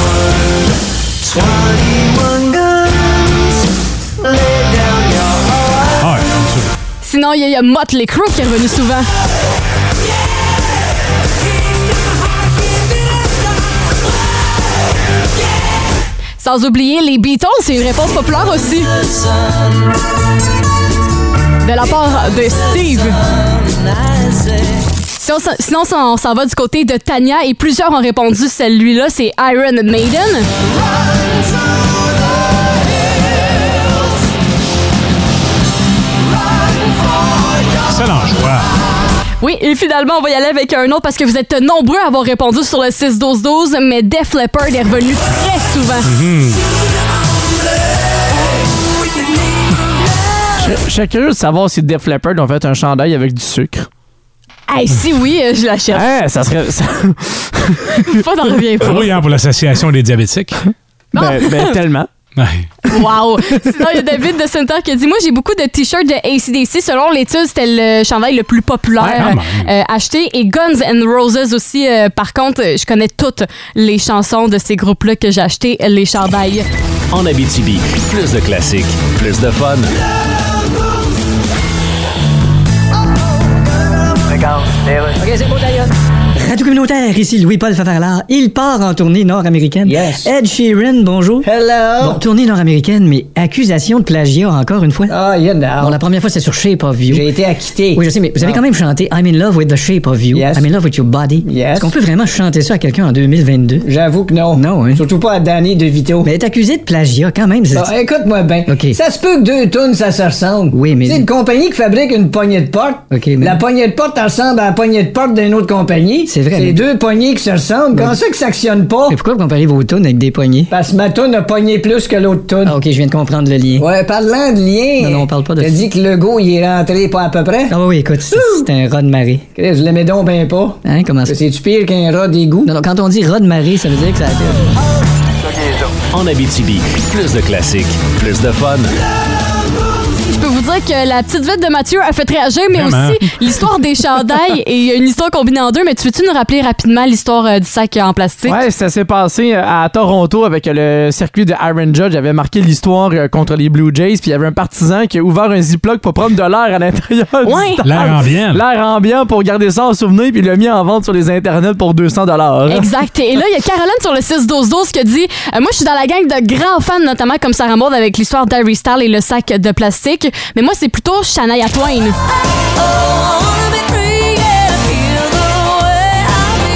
Speaker 4: Ah, ouais, c'est sûr.
Speaker 3: Sinon, il y, a- il y a Motley Crue qui est revenu souvent. Sans oublier les Beatles, c'est une réponse populaire aussi. De la part de Steve. Si on s'en- Sinon, si on s'en va du côté de Tania et plusieurs ont répondu celui-là, c'est Iron Maiden.
Speaker 4: Excellent choix.
Speaker 3: Oui, et finalement, on va y aller avec un autre parce que vous êtes nombreux à avoir répondu sur le 6-12-12, mais Def Leppard est revenu très souvent.
Speaker 4: Mm-hmm.
Speaker 5: Je- Je serais curieux de savoir si Def Leppard ont fait un chandail avec du sucre.
Speaker 3: Hey, si oui, euh, je l'achète.
Speaker 5: Hein, ça serait... ça-
Speaker 3: Pas d'en reviens pas.
Speaker 4: Oui, hein, pour l'association des diabétiques.
Speaker 5: ben, ben, tellement.
Speaker 4: Ouais.
Speaker 3: Wow! Sinon, il y a David de Center qui a dit Moi, j'ai beaucoup de t-shirts de ACDC. Selon l'étude, c'était le chandail le plus
Speaker 4: Ouais,
Speaker 3: populaire
Speaker 4: quand
Speaker 3: euh, acheté. Et Guns N' Roses aussi. Euh, par contre, euh, je connais toutes les chansons de ces groupes-là que j'ai acheté, euh, les chandails.
Speaker 2: En Abitibi, plus de classiques, plus de fun.
Speaker 7: Radio communautaire, ici Louis-Paul Favarlard. Il part en tournée nord-américaine.
Speaker 6: Yes.
Speaker 7: Ed Sheeran, bonjour.
Speaker 6: Hello.
Speaker 7: Bon, tournée nord-américaine, mais accusation de plagiat encore une fois.
Speaker 6: Ah, you
Speaker 7: Bon,
Speaker 6: know.
Speaker 7: la première fois, c'est sur Shape of You.
Speaker 6: J'ai été acquitté.
Speaker 7: Oui, je sais, mais vous avez
Speaker 6: Ah.
Speaker 7: quand même chanté I'm in love with the shape of you.
Speaker 6: Yes.
Speaker 7: I'm in love with your body.
Speaker 6: Yes.
Speaker 7: Est-ce qu'on peut vraiment chanter ça à quelqu'un en 2022?
Speaker 6: J'avoue que non.
Speaker 7: Non, hein.
Speaker 6: Surtout pas à Danny DeVito.
Speaker 7: Mais être accusé de plagiat, quand même, c'est.
Speaker 6: Ah, écoute-moi bien.
Speaker 7: Ok.
Speaker 6: Ça se peut que deux tonnes, ça se ressemble.
Speaker 7: Oui, mais-
Speaker 6: C'est une compagnie qui fabrique une poignée de porte.
Speaker 7: Ok, mais-
Speaker 6: La poignée de porte, elle ressemble à la poignée de porte d'une autre compagnie.
Speaker 7: C'est vrai,
Speaker 6: C'est
Speaker 7: mais-
Speaker 6: deux poignées qui se ressemblent. Comment ça que ça actionne pas?
Speaker 7: Mais pourquoi vous comparez vos tunes avec des poignées?
Speaker 6: Parce que ma toune a pogné plus que l'autre toune.
Speaker 7: Ah, ok, je viens de comprendre le lien.
Speaker 6: Ouais, parlant de lien.
Speaker 7: Non, non, on parle pas de
Speaker 6: T'as
Speaker 7: ça.
Speaker 6: dit que Legault, il est rentré pas à peu près?
Speaker 7: Ah, oui, écoute, c'est c'est un rat de marée.
Speaker 6: Chris, je l'aimais donc ben pas.
Speaker 7: Hein, comment ça?
Speaker 6: C'est-tu pire qu'un rat d'égout?
Speaker 7: Non, non, quand on dit rat de marée, ça veut dire que ça a été.
Speaker 2: En Abitibi, plus de classiques, plus de fun.
Speaker 3: Je peux vous dire dire que la petite vête de Mathieu a fait réagir, mais
Speaker 4: Vraiment.
Speaker 3: aussi l'histoire des chandails et il y a une histoire combinée en deux. Mais tu veux-tu nous rappeler rapidement l'histoire euh, du sac en plastique?
Speaker 5: Ouais, ça s'est passé euh, à Toronto avec euh, le circuit de Aaron Judge. Il avait marqué l'histoire euh, contre les Blue Jays, puis il y avait un partisan qui a ouvert un Ziploc pour prendre de l'air à l'intérieur. du
Speaker 3: Ouais.
Speaker 5: stade.
Speaker 4: L'air ambiant.
Speaker 5: L'air ambiant pour garder ça en souvenir, puis il l'a mis en vente sur les internets pour 200 dollars. hein.
Speaker 3: Exact. Et là, il y a Caroline sur le 6-12-12 qui a dit euh, Moi, je suis dans la gang de grands fans, notamment comme Sarah Maud avec l'histoire d'Harry Styles et le sac de plastique. Mais moi, c'est plutôt Shania Twain.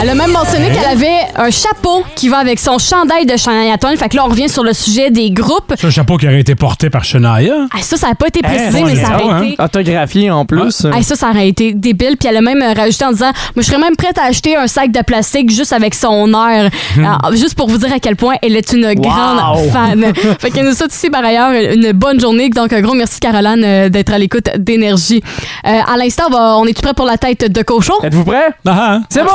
Speaker 3: Elle a même mentionné qu'elle avait un chapeau qui va avec son chandail de Shania Twain. Fait que là, on revient sur le sujet des groupes.
Speaker 4: C'est un chapeau qui aurait été porté par Shania.
Speaker 3: Ah, ça, ça n'a pas été précisé,
Speaker 4: bon,
Speaker 3: mais
Speaker 4: les
Speaker 3: ça
Speaker 4: gens,
Speaker 3: aurait
Speaker 4: hein.
Speaker 3: été.
Speaker 5: Autographié en plus.
Speaker 3: Ah, Hey, ça, ça aurait été débile. Puis elle a même euh, rajouté en disant Moi, je serais même prête à acheter un sac de plastique juste avec son air. Alors, juste pour vous dire à quel point elle est une grande fan. fait qu'elle nous souhaite aussi, par ailleurs, une bonne journée. Donc, un gros merci, Caroline, euh, d'être à l'écoute d'énergie. Euh, à l'instant, on va- on est-tu prêt pour la tête de cochon
Speaker 5: Êtes-vous prêts?
Speaker 4: Ah,
Speaker 5: C'est bon!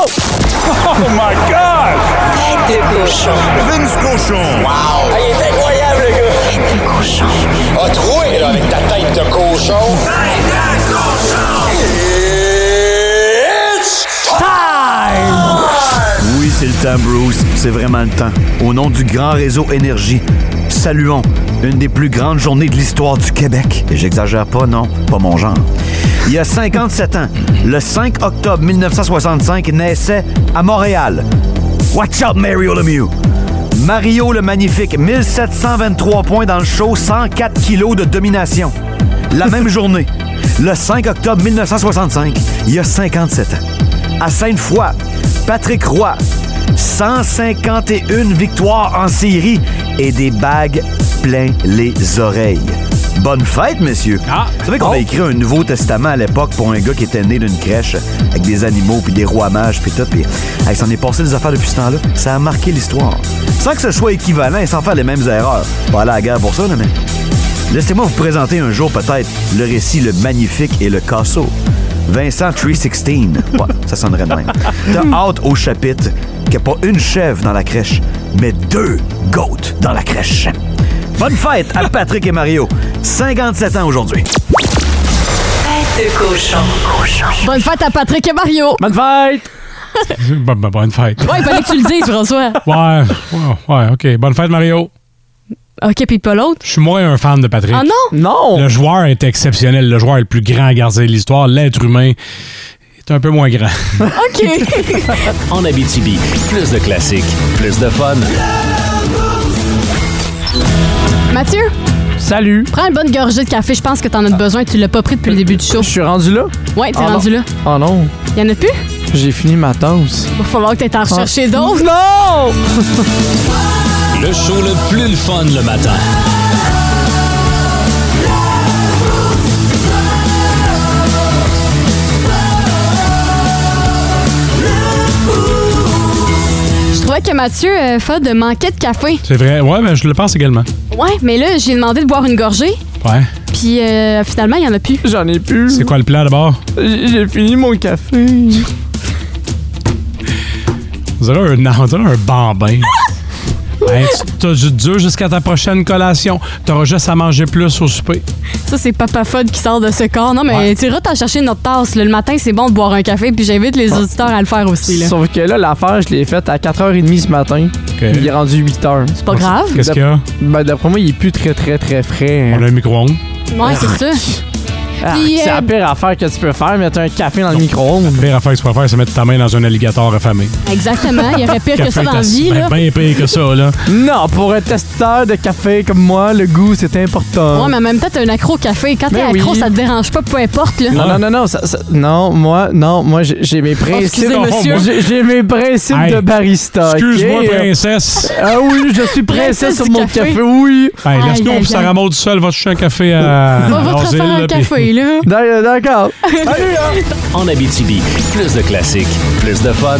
Speaker 10: Vince Cochon. Wow. Ah, il est incroyable, le gars. Tête de cochon. A troué, là, avec ta tête de cochon. Tête de cochon. It's time!
Speaker 11: Oui, c'est le temps, Bruce. C'est vraiment le temps. Au nom du grand réseau Énergie, saluons une des plus grandes journées de l'histoire du Québec. Et j'exagère pas, non, pas mon genre. Il y a 57 ans, le 5 octobre 1965, naissait à Montréal. Watch out, Mario Lemieux! Mario le Magnifique, 1723 points dans le show, 104 kilos de domination. La même journée, le 5 octobre 1965, il y a 57 ans à Sainte-Foy, Patrick Roy. 151 victoires en série et des bagues plein les oreilles. Bonne fête, messieurs!
Speaker 4: Ah.
Speaker 11: Vous savez qu'on a écrit un Nouveau Testament à l'époque pour un gars qui était né d'une crèche avec des animaux, puis des rois mages, puis tout. Puis hey, s'en est passé des affaires depuis ce temps-là. Ça a marqué l'histoire. Sans que ce soit équivalent et sans faire les mêmes erreurs. Pas aller à la guerre pour ça, là, mais... Laissez-moi vous présenter un jour peut-être le récit Le Magnifique et le Casso. Vincent 316. Ouais, ça sonnerait de même. T'as hâte au chapitre qu'il n'y a pas une chèvre dans la crèche, mais deux goats dans la crèche. Bonne fête à Patrick et Mario. 57 ans aujourd'hui.
Speaker 8: Tête de cochon.
Speaker 3: Bonne fête à Patrick et Mario.
Speaker 5: Bonne fête!
Speaker 4: ah. Bon- bon- bonne fête.
Speaker 3: Ouais, il fallait que tu le dises, François.
Speaker 4: Ouais, ouais, ouais, OK. Bonne fête, Mario.
Speaker 3: OK, puis pas l'autre.
Speaker 4: Je suis moins un fan de Patrick.
Speaker 3: Ah non
Speaker 5: Non!
Speaker 4: Le joueur est exceptionnel. Le joueur est le plus grand gardien de l'histoire. L'être humain est un peu moins grand.
Speaker 3: OK.
Speaker 2: En Abitibi, plus de classiques, plus de fun.
Speaker 3: Mathieu,
Speaker 5: Salut!
Speaker 3: prends une bonne gorgée de café. Je pense que t'en as besoin. Tu l'as pas pris depuis le début du show.
Speaker 5: Je suis rendu là?
Speaker 3: Ouais, t'es
Speaker 5: Ah
Speaker 3: rendu là.
Speaker 5: Oh non!
Speaker 3: Y en a plus
Speaker 5: J'ai fini ma tasse.
Speaker 3: Il va falloir que t'aies en rechercher d'autres.
Speaker 5: Non!
Speaker 2: Le show le plus le fun le matin.
Speaker 3: Je trouvais que Mathieu euh, Fod manquait de café.
Speaker 4: C'est vrai. Ouais, mais je le pense également.
Speaker 3: Ouais, mais là, j'ai demandé de boire une gorgée,
Speaker 4: Ouais.
Speaker 3: puis euh, finalement, il y en a plus.
Speaker 5: J'en ai plus.
Speaker 4: C'est quoi le plan d'abord?
Speaker 5: J'ai j'ai fini mon café.
Speaker 4: On dirait un, on dirait un bambin. Hey, tu t'as du dur jusqu'à ta prochaine collation. T'auras juste à manger plus au souper.
Speaker 3: Ça, c'est Papa Fod qui sort de ce corps. Non, mais
Speaker 4: Ouais.
Speaker 3: tu iras t'en chercher notre tasse. là. Le matin, c'est bon de boire un café, puis j'invite les auditeurs à le faire aussi. là.
Speaker 5: Sauf que là, l'affaire, je l'ai faite à 4h30 ce matin.
Speaker 4: OK.
Speaker 5: Il est rendu 8h.
Speaker 3: C'est pas grave.
Speaker 4: Qu'est-ce qu'il y a?
Speaker 5: Ben, d'après moi, il est plus très, très, très frais. hein.
Speaker 4: On a un micro-ondes.
Speaker 3: Ouais, c'est ça.
Speaker 5: Ah,
Speaker 3: Puis,
Speaker 5: c'est
Speaker 3: euh,
Speaker 5: la pire affaire que tu peux faire, mettre un café dans le micro-ondes.
Speaker 4: La pire affaire que tu pourrais faire, c'est mettre ta main dans un alligator affamé.
Speaker 3: Exactement. Il y aurait pire que ça
Speaker 4: Café
Speaker 3: dans la
Speaker 4: tassi-
Speaker 3: vie.
Speaker 4: ben,
Speaker 3: Là.
Speaker 4: ben pire que ça, là.
Speaker 5: Non, pour un testeur de café comme moi, le goût, c'est important.
Speaker 3: Ouais, mais en même temps, t'es un accro au café. Quand t'es
Speaker 5: Ben oui.
Speaker 3: accro, ça te dérange pas, peu importe. Là.
Speaker 5: Non, non, non, non, ça- ça- non, moi, non, moi, j'ai j'ai mes principes.
Speaker 3: excusez, monsieur.
Speaker 5: Oh, J'ai- J'ai mes principes
Speaker 4: Hey,
Speaker 5: de barista. ok?
Speaker 4: Excuse-moi, princesse.
Speaker 5: Euh, Ah oui, je suis
Speaker 3: Princesse
Speaker 5: princesse sur
Speaker 3: du
Speaker 5: mon
Speaker 3: café.
Speaker 5: café, oui.
Speaker 4: Hey,
Speaker 3: Aïe,
Speaker 4: laisse-nous
Speaker 3: aïe, aïe.
Speaker 4: pour Sarah Maud seul. Va chercher un café à.
Speaker 3: Va va
Speaker 4: à
Speaker 3: te refaire
Speaker 4: Roseville,
Speaker 3: un
Speaker 4: là, puis-
Speaker 3: café, là.
Speaker 5: D'ac- D'accord.
Speaker 2: En Abitibi, plus de classiques, plus de fun.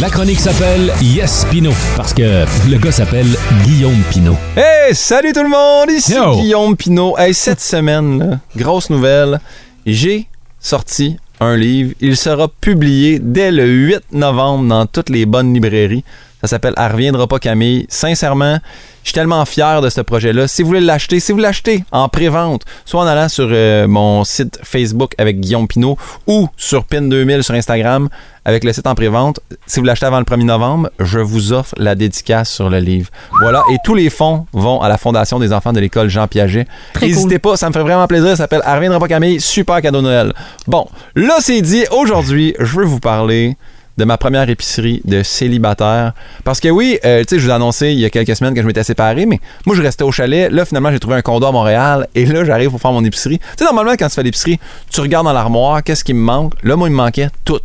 Speaker 2: La chronique s'appelle Yes Pino parce que le gars s'appelle Guillaume Pino.
Speaker 12: Hey, salut tout le monde, ici
Speaker 4: Yo.
Speaker 12: Guillaume Pinault. Hey, cette semaine, là, grosse nouvelle, j'ai sorti un livre. Il sera publié dès le 8 novembre dans toutes les bonnes librairies. Ça s'appelle Elle reviendra pas Camille. Sincèrement, je suis tellement fier de ce projet-là. Si vous voulez l'acheter, si vous l'achetez en pré-vente, soit en allant sur euh, mon site Facebook avec Guillaume Pinault ou sur Pin2000 sur Instagram avec le site en pré-vente, si vous l'achetez avant le 1er novembre, je vous offre la dédicace sur le livre. Voilà. Et tous les fonds vont à la Fondation des enfants de l'école Jean Piaget. N'hésitez pas, ça me ferait vraiment plaisir. Ça s'appelle Elle reviendra pas Camille. Super cadeau de Noël. Bon, là, c'est dit. Aujourd'hui, je veux vous parler de ma première épicerie de célibataire. Parce que oui, euh, tu sais, je vous ai annoncé il y a quelques semaines que je m'étais séparé, mais moi, je restais au chalet. Là, finalement, j'ai trouvé un condo à Montréal et là, j'arrive pour faire mon épicerie. Tu sais, normalement, quand tu fais l'épicerie, tu regardes dans l'armoire, qu'est-ce qui me manque. Là, moi, il me manquait tout.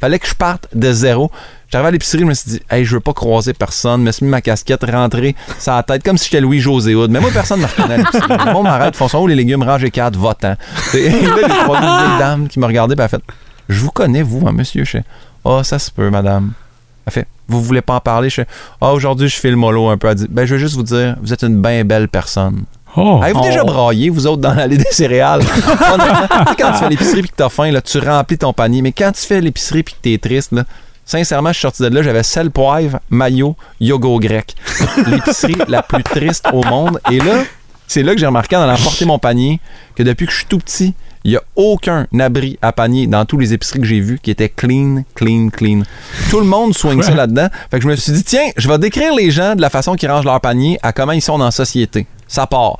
Speaker 12: Fallait que je parte de zéro. J'arrive à l'épicerie, je me suis dit, hey, je veux pas croiser personne. Je me suis mis ma casquette, rentré, ça la tête, comme si j'étais Louis-José Hood. Mais moi, personne ne me reconnaît à l'épicerie. Bon, m'arrête, font son où les légumes, rangez quatre, votant. Et là, j'ai croisé une vieille dame qui m'a regardé, puis elle a fait, je vous connais, vous, hein, monsieur. Je fais, ah, ça se peut, madame. Elle fait, vous voulez pas en parler? Je fais, ah, aujourd'hui, je fais le mollo un peu. Elle dit, ben, je veux juste vous dire, vous êtes une bien belle personne.
Speaker 4: Oh,
Speaker 12: Avez-vous déjà braillé, vous autres, dans l'allée des céréales? Honnêtement, tu sais, quand tu fais l'épicerie puis que t'as faim, là, tu remplis ton panier. Mais quand tu fais l'épicerie puis que t'es triste, là, sincèrement, je suis sorti de là, j'avais sel, poivre, maillot, yogourt grec. L'épicerie la plus triste au monde. Et là, c'est là que j'ai remarqué en allant porter mon panier que depuis que je suis tout petit, il n'y a aucun abri à panier dans tous les épiceries que j'ai vues qui était clean, clean, clean. Tout le monde soigne ça là-dedans. Fait que je me suis dit, tiens, je vais décrire les gens de la façon qu'ils rangent leur panier à comment ils sont dans la société. Ça part.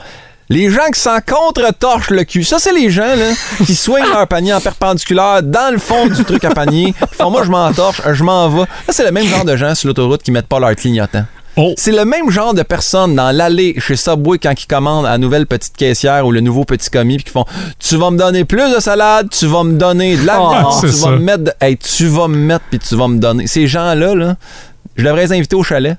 Speaker 12: Les gens qui s'en contre-torchent le cul. Ça, c'est les gens là, qui soignent leur panier en perpendiculaire dans le fond du truc à panier. Ils font, moi, je m'en torche, je m'en vais. Ça, c'est le même genre de gens sur l'autoroute qui mettent pas leur clignotant. C'est le même genre de personnes dans l'allée chez Subway quand ils commandent la nouvelle petite caissière ou le nouveau petit commis puis qui font tu vas me donner plus de salade, tu vas me donner de la viande,
Speaker 10: c'est
Speaker 12: Ah, tu
Speaker 10: ça.
Speaker 12: vas me mettre de- hey, tu vas me mettre puis tu vas me donner. Ces gens-là là, je devrais les inviter au chalet.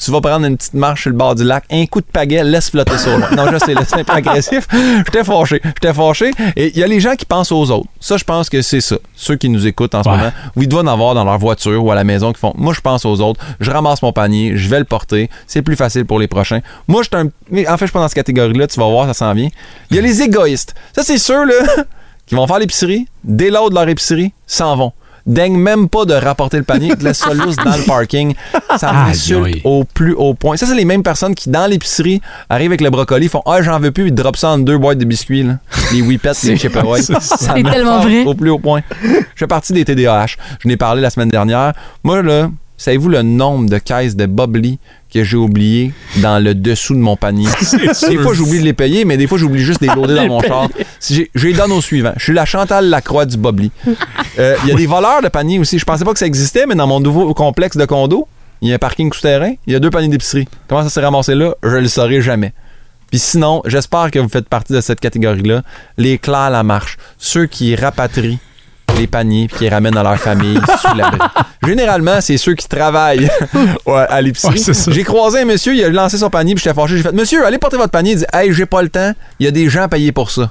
Speaker 12: Tu vas prendre une petite marche sur le bord du lac, un coup de pagaie, laisse flotter ça. au loin. Non, je sais, là, c'est un peu agressif. J'étais fâché, j'étais fâché. Et il y a les gens qui pensent aux autres. Ça, je pense que c'est ça. Ceux qui nous écoutent en ce moment, ou ils doivent en avoir dans leur voiture ou à la maison qui font Moi, je pense aux autres, je ramasse mon panier, je vais le porter, c'est plus facile pour les prochains. Moi, je suis un. mais En fait, je suis pas dans cette catégorie-là, tu vas voir, ça s'en vient. Il y a les égoïstes. Ça, c'est sûr, là, qui vont faire l'épicerie, dès l'autre de leur épicerie, s'en vont. Daigne même pas de rapporter le panier, de laisse ça lousse dans le parking. Ça
Speaker 4: Aïe,
Speaker 12: m'insulte
Speaker 4: aïe.
Speaker 12: au plus haut point. Ça, c'est les mêmes personnes qui, dans l'épicerie, arrivent avec le brocoli, font Ah, j'en veux plus, ils drop ça en deux boîtes de biscuits, là. les whippets, les je sais pas quoi.
Speaker 10: C'est ça.
Speaker 12: Ça
Speaker 10: C'est
Speaker 12: me
Speaker 10: tellement
Speaker 12: fâche
Speaker 10: vrai.
Speaker 12: Au plus haut point. Je fais partie des TDAH. Je n'ai parlé la semaine dernière. Moi, là, savez-vous le nombre de caisses de Bobli que j'ai oublié dans le dessous de mon panier?
Speaker 10: sûr.
Speaker 12: Des fois, j'oublie de les payer, mais des fois, j'oublie juste de les loader dans
Speaker 10: Les
Speaker 12: mon char.
Speaker 10: payer.
Speaker 12: Si j'ai- Je les donne au suivant. Je suis la Chantal Lacroix du Bobli. Euh, Il y a des voleurs de paniers aussi. Je pensais pas que ça existait, mais dans mon nouveau complexe de condo, il y a un parking souterrain, il y a deux paniers d'épicerie. Comment ça s'est ramassé là? Je le saurai jamais. Puis sinon, j'espère que vous faites partie de cette catégorie-là. Les clairs à la marche. Ceux qui rapatrient les paniers puis qui les ramènent à leur famille sous la brique. Généralement, c'est ceux qui travaillent ouais, à
Speaker 10: Ouais,
Speaker 12: l'épicerie.
Speaker 10: c'est ça.
Speaker 12: J'ai croisé un monsieur, il a lancé son panier puis j'étais fâché. J'ai fait Monsieur, allez porter votre panier. Il dit Hey, j'ai pas le temps. Il y a des gens payés pour ça.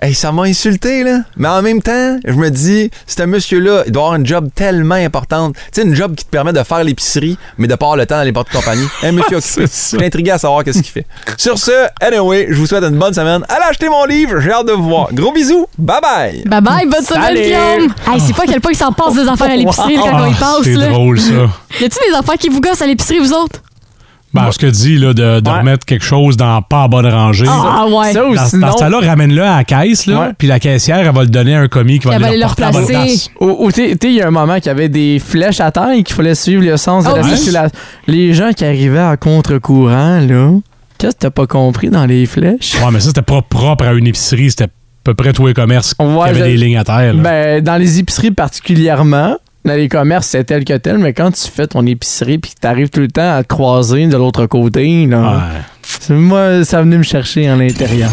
Speaker 12: Hey, ça m'a insulté, là. Mais en même temps, je me dis, ce monsieur-là, il doit avoir une job tellement importante. Tu sais, une job qui te permet de faire l'épicerie, mais de pas avoir le temps d'aller porter ton panier. Un monsieur occupé. Je suis intrigué à savoir qu'est-ce qu'il fait. Sur ce, anyway, je vous souhaite une bonne semaine. Allez acheter mon livre, j'ai hâte de vous voir. Gros bisous, bye bye!
Speaker 3: Bye bye, bonne semaine,
Speaker 12: Salut.
Speaker 3: Guillaume! Hey, c'est pas à quel point il s'en passe des affaires à l'épicerie là, quand on y
Speaker 4: Ah,
Speaker 3: passe.
Speaker 4: c'est
Speaker 3: là.
Speaker 4: drôle, ça.
Speaker 3: Y a-tu des affaires qui vous gossent à l'épicerie, vous autres?
Speaker 4: Ben, ce que dit, là, de, de remettre quelque chose dans pas en bonne rangée.
Speaker 3: Ah, ouais. Ça ou
Speaker 4: Dans, dans
Speaker 3: sinon-
Speaker 4: ce temps-là, ramène-le à la caisse, là, puis la caissière, elle va le donner à un commis qui va aller le reporter à la bonne place.
Speaker 5: Ou, ou tu sais, tu sais, il y a un moment qu'il y avait des flèches à terre et qu'il fallait suivre le sens
Speaker 4: Oh,
Speaker 5: de la
Speaker 4: oui.
Speaker 5: circulation. Les gens qui arrivaient à contre-courant, là, qu'est-ce que t'as pas compris dans les flèches?
Speaker 4: Ouais, mais ça, c'était pas propre à une épicerie. C'était à peu près tous les commerces
Speaker 5: Ouais,
Speaker 4: qui avaient
Speaker 5: je-
Speaker 4: des lignes à terre. là.
Speaker 5: Ben, dans les épiceries particulièrement, dans les commerces, c'est tel que tel, mais quand tu fais ton épicerie puis que t'arrives tout le temps à te croiser de l'autre côté, là, c'est- moi, ça venait me chercher en l'intérieur.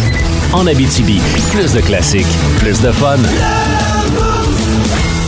Speaker 2: En Abitibi, plus de classiques, plus de fun.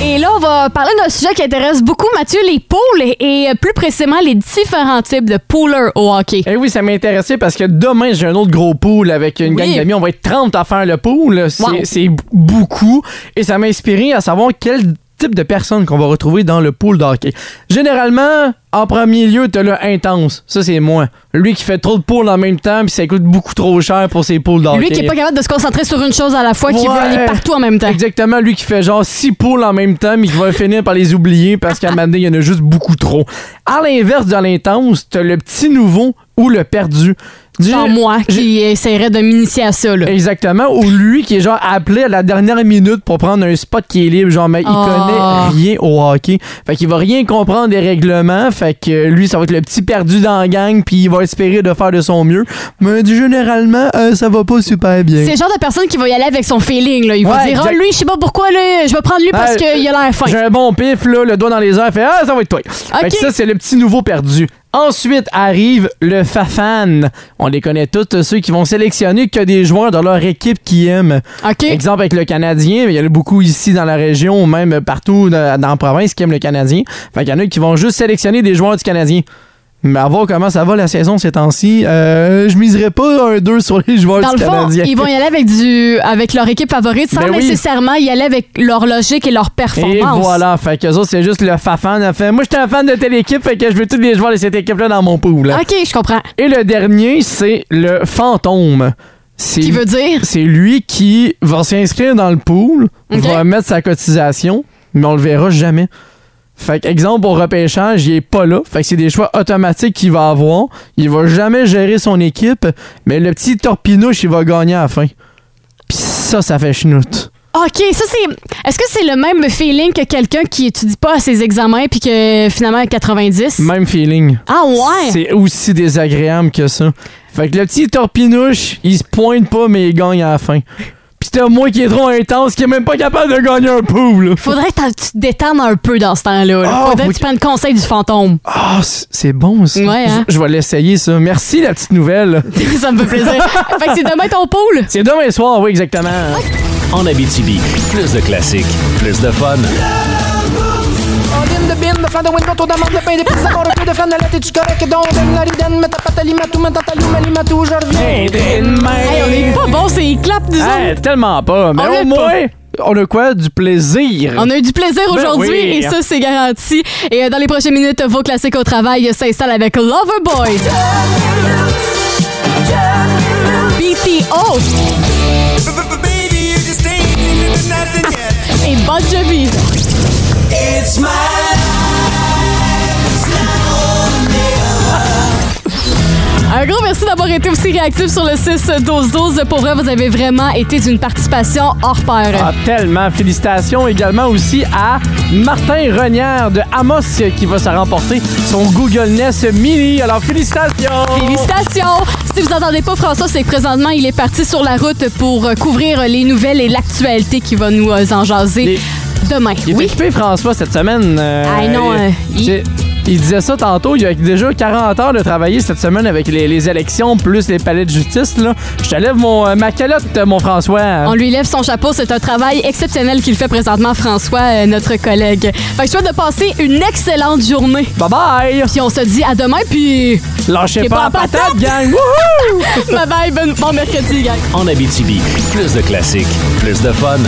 Speaker 3: Et là, on va parler d'un sujet qui intéresse beaucoup Mathieu, les poules et euh, plus précisément les différents types de poolers au hockey.
Speaker 5: Eh oui, ça m'a intéressé parce que demain, j'ai un autre gros pool avec une
Speaker 3: Oui.
Speaker 5: gang d'amis. On va être 30 à faire le pool. C'est
Speaker 3: Wow.
Speaker 5: c'est beaucoup. Et ça m'a inspiré à savoir quel types de personnes qu'on va retrouver dans le pool d'hockey. Généralement, en premier lieu, t'as le intense. Ça, c'est moi. Lui qui fait trop de poules en même temps, puis ça coûte beaucoup trop cher pour ses poules d'hockey.
Speaker 3: Lui qui est pas capable de se concentrer sur une chose à la fois, qui veut
Speaker 5: Ouais.
Speaker 3: aller partout en même temps.
Speaker 5: Exactement, lui qui fait genre six poules en même temps, mais qui va finir par les oublier parce qu'à un moment donné, il y en a juste beaucoup trop. À l'inverse de l'intense, t'as le petit nouveau ou le perdu.
Speaker 3: Genre moi, qui essaierait de m'initier à ça.
Speaker 5: Exactement, ou lui qui est genre appelé à la dernière minute pour prendre un spot qui est libre, genre mais il
Speaker 3: Oh.
Speaker 5: connaît rien au hockey. Fait qu'il va rien comprendre des règlements, fait que euh, lui ça va être le petit perdu dans la gang puis il va espérer de faire de son mieux, mais généralement euh, ça va pas super bien.
Speaker 3: C'est le genre de personne qui va y aller avec son feeling. Là. Il va
Speaker 5: Ouais,
Speaker 3: dire Ah,
Speaker 5: exact.
Speaker 3: lui, je sais pas pourquoi, là, je vais prendre lui parce
Speaker 5: Ah,
Speaker 3: qu'il a l'air fin.
Speaker 5: J'ai un bon pif, là, le doigt dans les airs, fait Ah, ça va être toi. Fait que
Speaker 3: Ok.
Speaker 5: ça, c'est le petit nouveau perdu. Ensuite arrive le Fafan. On les connaît tous, euh, ceux qui vont sélectionner que des joueurs dans leur équipe qui aiment. Exemple avec le Canadien, mais il y en a beaucoup ici dans la région, ou même partout dans, dans la province qui aiment le Canadien. Fait qu'il y en a qui vont juste sélectionner des joueurs du Canadien. Mais à voir comment ça va la saison ces temps-ci, euh, je miserais pas un 2 sur les joueurs
Speaker 3: Dans
Speaker 5: du
Speaker 3: le fond,
Speaker 5: Canadien.
Speaker 3: ils vont y aller avec du avec leur équipe favorite sans
Speaker 5: Ben oui.
Speaker 3: nécessairement y aller avec leur logique et leur
Speaker 5: Et
Speaker 3: performance.
Speaker 5: voilà, fait que autres, c'est juste le fafan. a Fait, moi, j'étais un fan de telle équipe, fait que je veux tous les joueurs de cette équipe-là dans mon pool.
Speaker 3: OK, je comprends.
Speaker 5: Et le dernier, c'est le fantôme. Qui veut
Speaker 3: dire?
Speaker 5: C'est lui qui va s'inscrire dans le pool, va mettre sa cotisation, mais on le verra jamais. Fait que, exemple, au repêchage, il est pas là. Fait que c'est des choix automatiques qu'il va avoir. Il va jamais gérer son équipe, mais le petit torpinouche, il va gagner à la fin. Pis ça, ça fait chenoute.
Speaker 3: OK, ça c'est Est-ce que c'est le même feeling que quelqu'un qui étudie pas à ses examens puis que finalement à 90
Speaker 5: Même feeling.
Speaker 3: Ah ouais.
Speaker 5: C'est aussi désagréable que ça. Fait que le petit torpinouche, il se pointe pas, mais il gagne à la fin. Pis t'as moi qui est trop intense, qui est même pas capable de gagner un pool. là.
Speaker 3: Faudrait que t'en- tu te détendes un peu dans ce temps-là. là.
Speaker 5: Ah,
Speaker 3: Faudrait
Speaker 5: faut
Speaker 3: que tu prennes conseil du fantôme.
Speaker 5: Ah, c- c'est bon ça.
Speaker 3: Ouais, hein?
Speaker 5: Je je vais l'essayer ça. Merci la petite nouvelle.
Speaker 3: ça me fait plaisir. fait que c'est demain ton pool.
Speaker 5: C'est demain soir, oui, exactement.
Speaker 2: En Abitibi, plus de classiques, plus de fun.
Speaker 13: Ondine de bine, me flan de windbot, on demande le pain des pizzas, on refait de flan de la tête, tu correct, donc on donne la ridane, mais t'as pas ta limatou, mais t'as ta lou, mais limatou, je reviens.
Speaker 3: Hey, on est pas bon, c'est les claps nous
Speaker 5: Hey,
Speaker 3: autres.
Speaker 5: tellement pas. Mais
Speaker 3: On l'a
Speaker 5: au moins, on a quoi? Du plaisir.
Speaker 3: On a eu du plaisir
Speaker 5: Ben
Speaker 3: aujourd'hui
Speaker 5: oui.
Speaker 3: et ça, c'est garanti. Et euh, dans les prochaines minutes, vos classiques au travail s'installent avec Loverboy. BTO. Et Bon Jovi.
Speaker 8: It's my
Speaker 3: Un gros merci d'avoir été aussi réactif sur le 6-12-12. Pour vrai, vous avez vraiment été d'une participation hors pair.
Speaker 5: Ah, tellement. Félicitations également aussi à Martin Renière de Amos euh, qui va se remporter son Google Nest Mini. Alors, félicitations!
Speaker 3: Félicitations! Si vous entendez pas François, c'est que présentement, il est parti sur la route pour euh, couvrir les nouvelles et l'actualité qui va nous euh, en jaser demain.
Speaker 5: Il est occupé, François, cette semaine. Euh,
Speaker 3: Ah non,
Speaker 5: il-
Speaker 3: euh, il-
Speaker 5: c'est- il disait ça tantôt, il a déjà 40 heures de travailler cette semaine avec les, les élections plus les palais de justice. Là. Je te lève mon, euh, ma calotte, mon François.
Speaker 3: On lui lève son chapeau. C'est un travail exceptionnel qu'il fait présentement, François, euh, notre collègue. Fait que je souhaite de passer une excellente journée.
Speaker 5: Bye bye!
Speaker 3: Puis on se dit à demain, puis.
Speaker 5: Lâchez
Speaker 3: T'es
Speaker 5: pas, la
Speaker 3: en
Speaker 5: patate, gang!
Speaker 3: bye bye, bon, bon mercredi, gang.
Speaker 2: En Abitibi, plus de classiques, plus de fun.